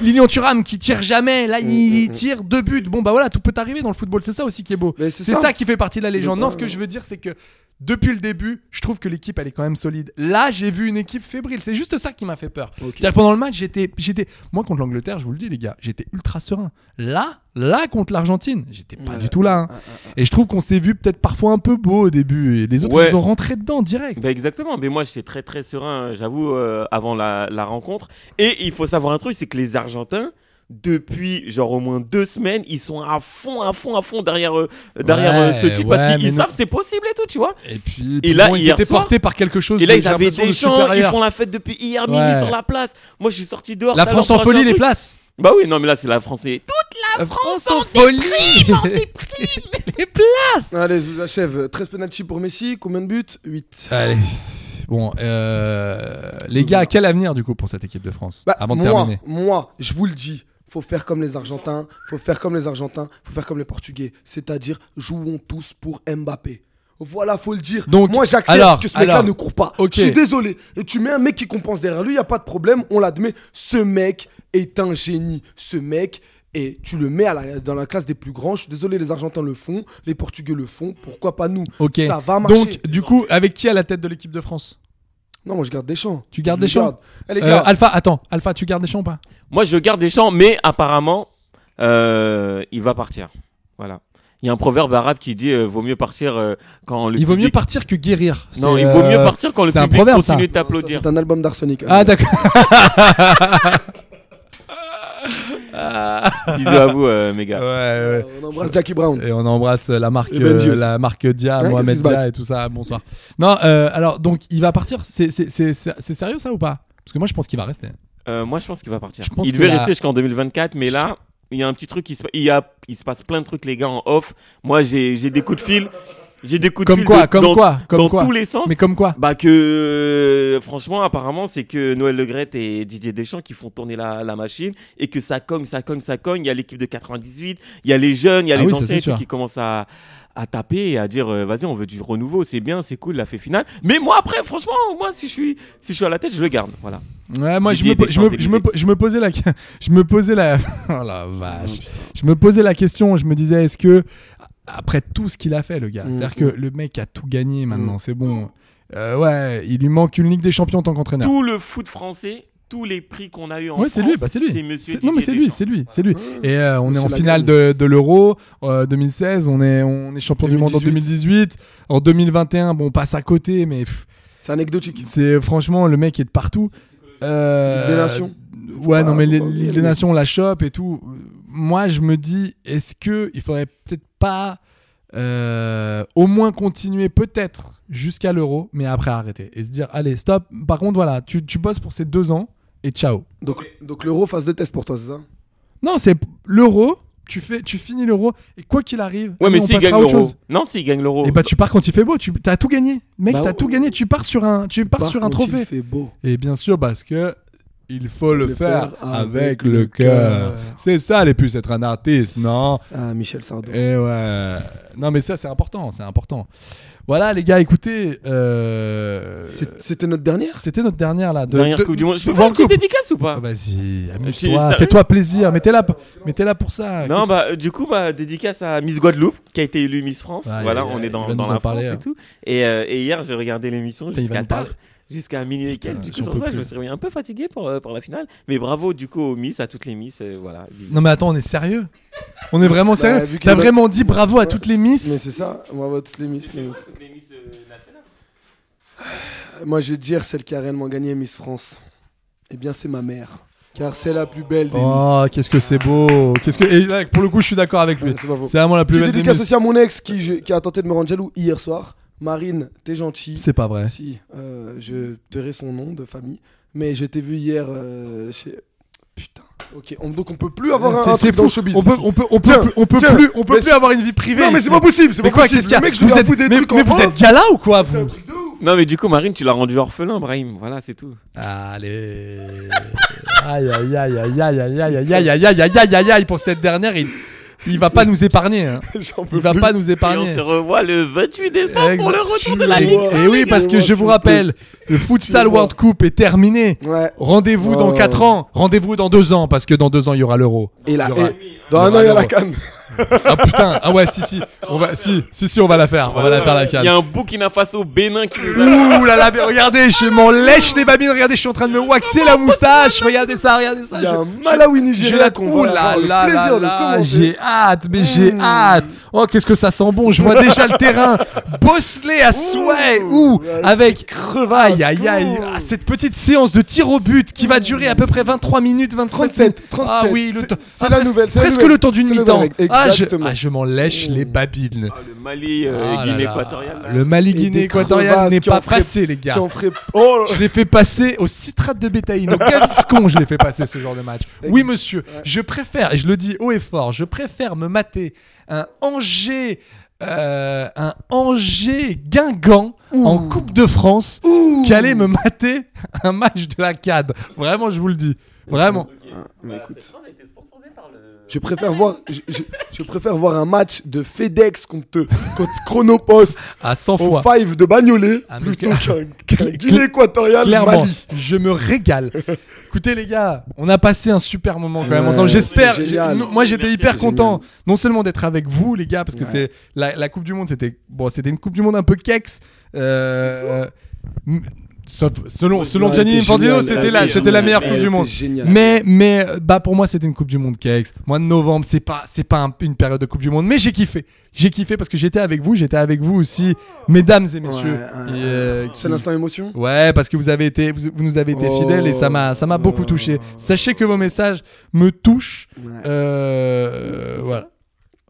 Speaker 8: Lilian Thuram qui tire jamais. Là,
Speaker 9: Mm,
Speaker 8: il tire deux buts. Bon bah voilà, tout peut arriver dans le football. C'est ça aussi qui est beau.
Speaker 9: Mais c'est
Speaker 8: ça.
Speaker 9: ça.
Speaker 8: qui fait partie de la légende.
Speaker 9: Mais
Speaker 8: Non,
Speaker 9: ouais,
Speaker 8: ce que
Speaker 9: ouais.
Speaker 8: je veux dire, c'est que. Depuis le début, je trouve que l'équipe elle est quand même solide. Là, j'ai vu une équipe fébrile. C'est juste ça qui m'a fait peur. C'est-à-dire que pendant le match, j'étais, j'étais, moi contre l'Angleterre, je vous le dis les gars, j'étais ultra serein. Là, là contre l'Argentine, j'étais pas du tout
Speaker 10: Ah,
Speaker 8: là. hein. Et je trouve qu'on s'est vu peut-être parfois un peu beau au début. Et les autres,
Speaker 10: Ouais.
Speaker 8: ils ont rentré dedans direct.
Speaker 10: Bah exactement, mais moi j'étais très très serein, euh, j'avoue, euh, avant la, la rencontre. Et il faut savoir un truc, c'est que les Argentins, depuis genre au moins deux semaines, ils sont à fond, à fond, à fond derrière, euh, derrière
Speaker 8: Ouais,
Speaker 10: euh, ce type parce
Speaker 8: ouais,
Speaker 10: qu'ils
Speaker 8: mais
Speaker 10: ils
Speaker 8: nous-
Speaker 10: savent que c'est possible et tout, tu vois.
Speaker 8: Et puis,
Speaker 10: Et là,
Speaker 8: bon, ils
Speaker 10: hier
Speaker 8: étaient
Speaker 10: soir-
Speaker 8: portés par quelque chose.
Speaker 10: Et là
Speaker 8: de-
Speaker 10: ils
Speaker 8: j'ai
Speaker 10: avaient
Speaker 8: l'impression,
Speaker 10: des
Speaker 8: de
Speaker 10: chants, ils
Speaker 8: supérieur.
Speaker 10: font la fête depuis hier minuit
Speaker 8: Ouais.
Speaker 10: sur la place. Moi je suis sorti dehors.
Speaker 8: La
Speaker 10: tout à l'heure
Speaker 8: France en
Speaker 10: pour acheter
Speaker 8: folie
Speaker 10: un
Speaker 8: les
Speaker 10: truc.
Speaker 8: places.
Speaker 10: Bah oui, non mais là c'est la France et tout.
Speaker 8: La France en folie. les places.
Speaker 9: Allez, je vous achève. 13 penalty pour Messi, combien de buts 8.
Speaker 8: Allez. Bon, euh, les gars, quel avenir du coup pour cette équipe de France
Speaker 9: Bah,
Speaker 8: Avant de
Speaker 9: moi,
Speaker 8: terminer.
Speaker 9: Moi, je vous le dis, faut faire comme les Argentins, faut faire comme les Argentins, faut faire comme les Portugais, c'est-à-dire jouons tous pour Mbappé. Voilà, faut le dire.
Speaker 8: Donc, alors,
Speaker 9: moi, j'accepte que ce mec-là
Speaker 8: alors,
Speaker 9: ne court pas.
Speaker 8: ok.
Speaker 9: Je suis désolé. Et tu mets un mec qui compense derrière lui, y a pas de problème, on l'admet. Ce mec est un génie. Ce mec. Et tu le mets à la- dans la classe des plus grands. Je suis désolé, les Argentins le font, les Portugais le font. Pourquoi pas nous
Speaker 8: Ok.
Speaker 9: Ça va marcher.
Speaker 8: Donc, du coup, avec qui à la tête de l'équipe de France
Speaker 9: non, moi je garde des champs.
Speaker 8: Tu gardes des
Speaker 9: Je le
Speaker 8: champs
Speaker 9: garde. Eh, les
Speaker 8: Euh,
Speaker 9: gars,
Speaker 8: Alpha, attends, Alpha, tu gardes des champs ou pas
Speaker 10: Moi je garde des chants, mais apparemment euh, il va partir. Voilà. Il y a un proverbe arabe qui dit euh, vaut mieux partir euh, quand le
Speaker 8: Il vaut
Speaker 10: public-
Speaker 8: mieux partir que guérir.
Speaker 10: Non,
Speaker 8: C'est,
Speaker 10: il vaut mieux
Speaker 8: euh,
Speaker 10: partir quand le
Speaker 8: c'est un
Speaker 10: public
Speaker 8: proverbe, ça.
Speaker 10: continue de t'applaudir.
Speaker 9: c'est un album d'Arsenic.
Speaker 8: Ah d'accord.
Speaker 10: Bisous à vous, euh, mes gars.
Speaker 8: Ouais,
Speaker 9: On embrasse Jackie Brown.
Speaker 8: ouais. Et on embrasse la marque,
Speaker 9: Et Benji
Speaker 8: euh,
Speaker 9: aussi.
Speaker 8: la marque Dia,
Speaker 9: Ouais,
Speaker 8: Mohamed
Speaker 9: qu'est-ce qui se
Speaker 8: Dia
Speaker 9: passe
Speaker 8: et tout ça. Bonsoir. Non, euh, alors donc il va partir. C'est c'est- c'est- c'est- c'est sérieux ça ou pas Parce que moi je pense qu'il va rester.
Speaker 10: Euh, moi, je pense qu'il va partir.
Speaker 8: Je pense
Speaker 10: il
Speaker 8: que
Speaker 10: devait
Speaker 8: la-
Speaker 10: rester jusqu'en 2024, mais là, il y a un petit truc qui se passe. Il, y a... il se passe plein de trucs, les gars, en off. Moi, j'ai j'ai des coups de fil. J'ai des coups de
Speaker 8: Comme
Speaker 10: fil.
Speaker 8: quoi,
Speaker 10: de-
Speaker 8: comme
Speaker 10: dans...
Speaker 8: quoi, comme
Speaker 10: dans
Speaker 8: quoi.
Speaker 10: tous les sens.
Speaker 8: Mais comme quoi
Speaker 10: Bah que franchement apparemment c'est que Noël Legrette et Didier Deschamps qui font tourner la, la machine et que ça cogne ça cogne ça cogne il y a l'équipe de 98 il y a les jeunes il y a
Speaker 8: Ah
Speaker 10: les
Speaker 8: oui, ça,
Speaker 10: anciens
Speaker 8: c'est
Speaker 10: et tout
Speaker 8: sûr.
Speaker 10: qui commencent à, à taper et à dire euh, vas-y on veut du renouveau c'est bien c'est cool la fée finale mais moi après franchement moi si je suis si je suis à la tête je le garde voilà
Speaker 8: Ouais, moi je
Speaker 10: Didier
Speaker 8: me, po- je, me,
Speaker 10: Deschamps,
Speaker 8: je, me, po- je me posais la je me posais la oh la vache. je me posais la question, je me disais est-ce que après tout ce qu'il a fait le
Speaker 10: Mm.
Speaker 8: gars, c'est-à-dire que le mec a tout gagné maintenant, c'est bon. Euh, ouais, il lui manque une Ligue des Champions en tant qu'entraîneur.
Speaker 10: tout le foot français, tous les prix qu'on a eu en
Speaker 8: Ouais, c'est lui,
Speaker 10: France,
Speaker 8: bah c'est lui.
Speaker 10: monsieur
Speaker 8: C'est- non, mais
Speaker 10: Didier
Speaker 8: c'est lui,
Speaker 10: Deschamps.
Speaker 8: c'est lui, c'est lui. Et euh, on est,
Speaker 9: C'est
Speaker 8: en
Speaker 9: la
Speaker 8: finale de, de l'Euro euh, 2016, on est, on est champion du monde en 2018. En 2021, bon, on passe à côté, mais pff,
Speaker 9: C'est anecdotique.
Speaker 8: c'est franchement, le mec est de partout. Euh,
Speaker 9: Ligue des Nations.
Speaker 8: Ouais,
Speaker 9: Faut
Speaker 8: non,
Speaker 9: pas-
Speaker 8: mais
Speaker 9: faut
Speaker 8: les-
Speaker 9: pas oublier,
Speaker 8: Ligue
Speaker 9: les
Speaker 8: des
Speaker 9: mecs.
Speaker 8: Nations, on la chope et tout. Moi, je me dis, est-ce que il faudrait peut-être pas euh, au moins continuer peut-être jusqu'à l'euro, mais après arrêter et se dire allez stop. Par contre voilà, tu, tu bosses pour ces deux ans et ciao.
Speaker 9: Donc, donc l'euro phase de test pour toi, c'est ça
Speaker 8: Non c'est p- l'euro, tu fais, tu finis l'euro et quoi qu'il arrive,
Speaker 10: Ouais, mais
Speaker 8: on
Speaker 10: s'il
Speaker 8: passera
Speaker 10: gagne
Speaker 8: à autre
Speaker 10: l'euro.
Speaker 8: chose.
Speaker 10: Non, s'il gagne l'euro.
Speaker 8: Et bah tu pars quand il fait beau, tu as tout gagné, mec,
Speaker 10: Bah,
Speaker 8: t'as
Speaker 10: ouais.
Speaker 8: tout gagné, tu pars sur un, tu pars sur un
Speaker 9: contre, il
Speaker 8: trophée.
Speaker 9: fait beau.
Speaker 8: Et bien sûr, parce que il faut le,
Speaker 9: Le
Speaker 8: faire,
Speaker 9: faire
Speaker 8: avec
Speaker 9: avec
Speaker 8: le
Speaker 9: le
Speaker 8: cœur.
Speaker 9: cœur.
Speaker 8: C'est ça, les puces, être un artiste, non
Speaker 9: Ah, Michel Sardou.
Speaker 8: Et ouais. Non, mais ça, c'est important, c'est important. Voilà, les gars, écoutez. euh,
Speaker 9: C'est- C'était notre dernière
Speaker 8: C'était notre dernière, là. De,
Speaker 10: Dernière
Speaker 8: de-
Speaker 10: Coupe du Monde. Je peux
Speaker 8: de
Speaker 10: faire une
Speaker 8: World
Speaker 10: petite
Speaker 8: Cup.
Speaker 10: dédicace ou
Speaker 8: Ah,
Speaker 10: pas
Speaker 8: Vas-y,
Speaker 10: Si,
Speaker 8: amuse-toi,
Speaker 10: ça-
Speaker 8: fais-toi
Speaker 9: Ah,
Speaker 8: plaisir, mettez là, mettez là pour ça.
Speaker 10: Non,
Speaker 8: Ah, Qu'est-ce-
Speaker 10: bah, euh, du coup, bah, dédicace à Miss Guadeloupe, qui a été élue Miss France.
Speaker 8: Ouais,
Speaker 10: voilà,
Speaker 8: il-
Speaker 10: on est dans,
Speaker 8: il va
Speaker 10: dans
Speaker 8: nous en
Speaker 10: la
Speaker 8: parler,
Speaker 10: France
Speaker 8: hein.
Speaker 10: et tout. Et, euh, et hier, j'ai regardé l'émission
Speaker 8: Putain, il va
Speaker 10: jusqu'à
Speaker 8: nous parler.
Speaker 10: tard, jusqu'à minuit et
Speaker 8: Putain,
Speaker 10: quelques. Du coup,
Speaker 8: j'en
Speaker 10: sur
Speaker 8: peux
Speaker 10: ça, je
Speaker 8: plus.
Speaker 10: me suis réveillé un peu fatigué pour, euh, pour la finale. Mais bravo, du coup, aux Miss, à toutes les Miss. euh, voilà, bisous.
Speaker 8: Non, mais attends, on est sérieux On est vraiment sérieux
Speaker 9: Bah, vu qu'il
Speaker 8: T'as
Speaker 9: va-
Speaker 8: vraiment dit bravo à toutes les
Speaker 9: Mais
Speaker 8: misses
Speaker 9: c'est ça, bravo à toutes les Miss. les Miss.
Speaker 10: Les Miss euh, nationales.
Speaker 9: Moi, je vais te dire celle qui a réellement gagné Miss France. Eh bien, c'est ma mère. Car c'est la plus belle des
Speaker 8: Oh,
Speaker 9: Miss.
Speaker 8: qu'est-ce que c'est beau Qu'est-ce que et là, pour le coup, je suis d'accord avec lui.
Speaker 9: Ouais, c'est pas faux.
Speaker 8: C'est vraiment la plus
Speaker 9: Petite
Speaker 8: belle des
Speaker 9: dédicace
Speaker 8: misses.
Speaker 9: aussi à mon ex qui, je- qui a tenté de me rendre jaloux hier soir. Marine, t'es gentille.
Speaker 8: C'est pas vrai.
Speaker 9: Si, euh, je tairai son nom de famille. Mais je t'ai vu hier euh, chez. Putain. Ok, on- donc on peut plus avoir un-
Speaker 8: C'est-
Speaker 9: un.
Speaker 8: C'est
Speaker 9: truc
Speaker 8: fou.
Speaker 9: dans le showbiz.
Speaker 8: on peut, on peut, on peut,
Speaker 9: Tiens,
Speaker 8: plus, on peut
Speaker 9: tiens,
Speaker 8: plus, on peut
Speaker 9: mais
Speaker 8: plus
Speaker 9: c'est-
Speaker 8: avoir une vie privée.
Speaker 9: Non, mais c'est
Speaker 8: ici.
Speaker 9: pas possible. C'est
Speaker 8: Mais
Speaker 9: pas
Speaker 8: quoi,
Speaker 9: possible.
Speaker 8: qu'est-ce qu'il y a
Speaker 9: Le mec, je
Speaker 8: Vous
Speaker 9: lui
Speaker 8: êtes,
Speaker 9: avoue des
Speaker 8: mais,
Speaker 9: trucs
Speaker 8: mais
Speaker 9: en
Speaker 8: vous
Speaker 9: off.
Speaker 8: êtes gala ou quoi
Speaker 9: C'est un
Speaker 8: vous
Speaker 9: truc de ouf.
Speaker 10: Non, mais du coup, Marine, tu l'as rendu orphelin, Brahim. Voilà, c'est tout.
Speaker 8: Allez. aïe aïe aïe aïe aïe aïe aïe aïe aïe aïe aïe aïe aïe aïe aïe pour cette dernière. Il, il va pas nous épargner. hein.
Speaker 9: J'en peux
Speaker 8: Il va
Speaker 9: plus.
Speaker 8: pas nous
Speaker 10: Et on
Speaker 8: épargner.
Speaker 10: se revoit le 28 décembre pour le
Speaker 8: Exact.
Speaker 10: retour de la
Speaker 8: Et-
Speaker 10: Ligue.
Speaker 8: Et oui, parce que je vous rappelle, le futsal World Cup est terminé.
Speaker 9: Ouais.
Speaker 8: Rendez-vous dans
Speaker 9: Oh.
Speaker 8: 4 ans, rendez-vous dans 2 ans, parce que dans 2 ans, il y aura l'euro.
Speaker 9: Et là,
Speaker 8: Il y aura-
Speaker 9: et- dans un an, il y a la canne.
Speaker 8: Ah putain, ah ouais, si, si, on va, si, si, si, on va la faire, on va la faire la
Speaker 10: Il y a
Speaker 8: canne.
Speaker 10: un Burkina Faso Bénin qui nous a.
Speaker 8: Ouh là là, mais regardez, je m'en lèche les babines, regardez, je suis en train de me waxer la moustache, regardez ça, regardez ça.
Speaker 9: Il y a
Speaker 8: je-
Speaker 9: un Malawi
Speaker 8: J'ai
Speaker 9: Nigeria
Speaker 8: la
Speaker 9: qu'on va
Speaker 8: Ouh là
Speaker 9: avoir le
Speaker 8: là
Speaker 9: plaisir
Speaker 8: là
Speaker 9: de Hmm.
Speaker 8: là,
Speaker 9: commenter.
Speaker 8: j'ai hâte, mais j'ai hâte. Oh, qu'est-ce que ça sent bon, je vois déjà le terrain bosselé à souhait. Ouh, avec crevaille, aïe aïe.
Speaker 9: ouh.
Speaker 8: Ah, cette petite séance de tir au but qui va durer à peu près 23 minutes, 25
Speaker 9: 37,
Speaker 8: minutes.
Speaker 9: 37.
Speaker 8: Ah oui, le
Speaker 9: C'est-
Speaker 8: temps.
Speaker 9: c'est
Speaker 8: ah,
Speaker 9: la
Speaker 8: presque-
Speaker 9: nouvelle, c'est la
Speaker 8: Presque
Speaker 9: nouvelle.
Speaker 8: le temps d'une
Speaker 9: C'est la
Speaker 8: mi-temps.
Speaker 9: nouvelle,
Speaker 8: Ah, je,
Speaker 9: exactement. Hmm.
Speaker 8: ah, je m'en lèche les babines.
Speaker 10: Ah, le Mali, euh,
Speaker 8: Ah là
Speaker 10: Guinée
Speaker 8: là.
Speaker 10: équatoriale. là.
Speaker 8: Le Mali
Speaker 9: Et des
Speaker 8: Guinée équatoriale
Speaker 9: crevasses
Speaker 8: n'est
Speaker 9: qui en
Speaker 8: pas
Speaker 9: feraient-
Speaker 8: passé, les gars.
Speaker 9: Qui en ferait. Oh
Speaker 8: Je l'ai fait passer au citrate de bétaïne, au Gaviscon, je l'ai fait passer ce genre de match. Oui, monsieur, je préfère, et je le dis haut et fort, je préfère me mater un Angers, euh, un Angers Guingamp en Coupe de France qu'aller me mater un match de la CAD. Vraiment, je vous le dis. Vraiment.
Speaker 9: Mais écoute. Je préfère, voir, je, je- je préfère voir un match de FedEx contre, contre Chronopost
Speaker 8: À 100
Speaker 9: au
Speaker 8: fois.
Speaker 9: Five de Bagnolet
Speaker 8: Ah, mais
Speaker 9: plutôt
Speaker 8: que-
Speaker 9: qu'un qu'un Guinée équatoriale
Speaker 8: Clairement,
Speaker 9: Mali.
Speaker 8: je me régale. Écoutez les gars, on a passé un super moment quand même
Speaker 9: Ouais,
Speaker 8: ensemble. J'espère.
Speaker 9: c'est
Speaker 8: j'ai-
Speaker 9: génial.
Speaker 8: non, Moi j'étais
Speaker 10: Merci,
Speaker 8: hyper
Speaker 9: c'est
Speaker 8: content, non seulement d'être avec vous les gars, parce que
Speaker 9: Ouais.
Speaker 8: c'est la, la Coupe du Monde, c'était bon, c'était une Coupe du Monde un peu kex. Euh, m- sauf- selon selon
Speaker 9: Ouais,
Speaker 8: Gianni
Speaker 9: c'était
Speaker 8: Infantino,
Speaker 9: génial. Ah
Speaker 8: c'était
Speaker 9: Elle
Speaker 8: la
Speaker 9: était
Speaker 8: c'était la
Speaker 9: géniale.
Speaker 8: meilleure
Speaker 9: Elle
Speaker 8: Coupe du
Speaker 9: était
Speaker 8: Monde.
Speaker 9: géniale.
Speaker 8: Mais mais bah pour moi c'était une Coupe du Monde kex. Mois de novembre, c'est pas c'est pas un- une période de Coupe du Monde, mais j'ai kiffé. J'ai kiffé parce que j'étais avec vous, j'étais avec vous aussi, mesdames et messieurs.
Speaker 9: ouais,
Speaker 8: Et, euh,
Speaker 9: C'est
Speaker 8: qui-
Speaker 9: l'instant émotion
Speaker 8: Ouais, parce que vous avez été, vous, vous nous avez été
Speaker 9: Oh.
Speaker 8: fidèles et ça m'a, ça m'a beaucoup touché. Sachez que vos messages me touchent. Euh, voilà.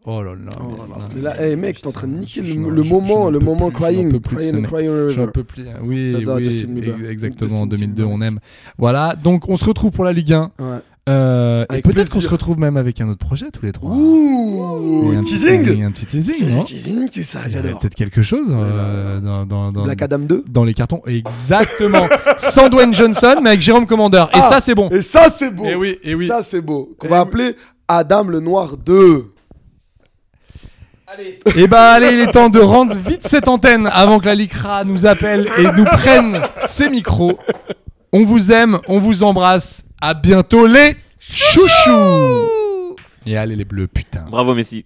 Speaker 8: Oh là là. mais- non,
Speaker 9: Mais là,
Speaker 8: mais-
Speaker 9: hey, mec, t'es en train de
Speaker 8: je- je-
Speaker 9: niquer le,
Speaker 8: je n'en
Speaker 9: le
Speaker 8: peux-
Speaker 9: moment,
Speaker 8: je
Speaker 9: le
Speaker 8: n'en peux
Speaker 9: moment
Speaker 8: plus, je n'en
Speaker 9: crying,
Speaker 8: peux plus de ce
Speaker 9: crying,
Speaker 8: mec.
Speaker 9: crying
Speaker 8: Je
Speaker 9: river.
Speaker 8: n'en peux plus. hein. Oui,
Speaker 9: J'adore
Speaker 8: oui,
Speaker 9: Justin Bieber.
Speaker 8: ex- exactement. En
Speaker 9: Justin
Speaker 8: 2002,
Speaker 9: Timberlake.
Speaker 8: on aime. Voilà. Donc, on se retrouve pour la Ligue 1.
Speaker 9: Ouais.
Speaker 8: Euh, et
Speaker 9: Avec
Speaker 8: peut-être qu'on
Speaker 9: plaisir.
Speaker 8: se retrouve même avec un autre projet tous les trois. Et
Speaker 9: Ouh,
Speaker 8: un petit
Speaker 9: teasing
Speaker 8: Un petit
Speaker 9: C'est
Speaker 8: teasing, hein.
Speaker 9: le
Speaker 8: non
Speaker 9: teasing, tu sais,
Speaker 8: Il y a
Speaker 9: j'adore.
Speaker 8: peut-être quelque chose euh, dans, dans, dans,
Speaker 9: Black Adam 2
Speaker 8: dans les cartons. Exactement. Sans Dwayne Johnson, mais avec Jérôme Commander. Et
Speaker 9: Ah,
Speaker 8: ça, c'est bon.
Speaker 9: Et ça, c'est beau
Speaker 8: Eh oui, eh oui.
Speaker 9: Ça, c'est beau. Qu'on
Speaker 8: Eh oui.
Speaker 9: va appeler Adam le Noir 2.
Speaker 8: Et bah, allez, il est temps de rendre vite cette antenne avant que la Licra nous appelle et nous prenne ses micros. On vous aime, on vous embrasse. À bientôt, les chouchous. Et allez, les bleus, putain.
Speaker 10: Bravo, Messi.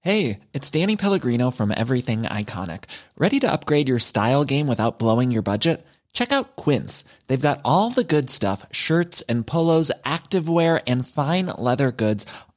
Speaker 12: Hey, it's Danny Pellegrino from Everything Iconic. Ready to upgrade your style game without blowing your budget? Check out Quince. They've got all the good stuff shirts and polos, activewear, and fine leather goods,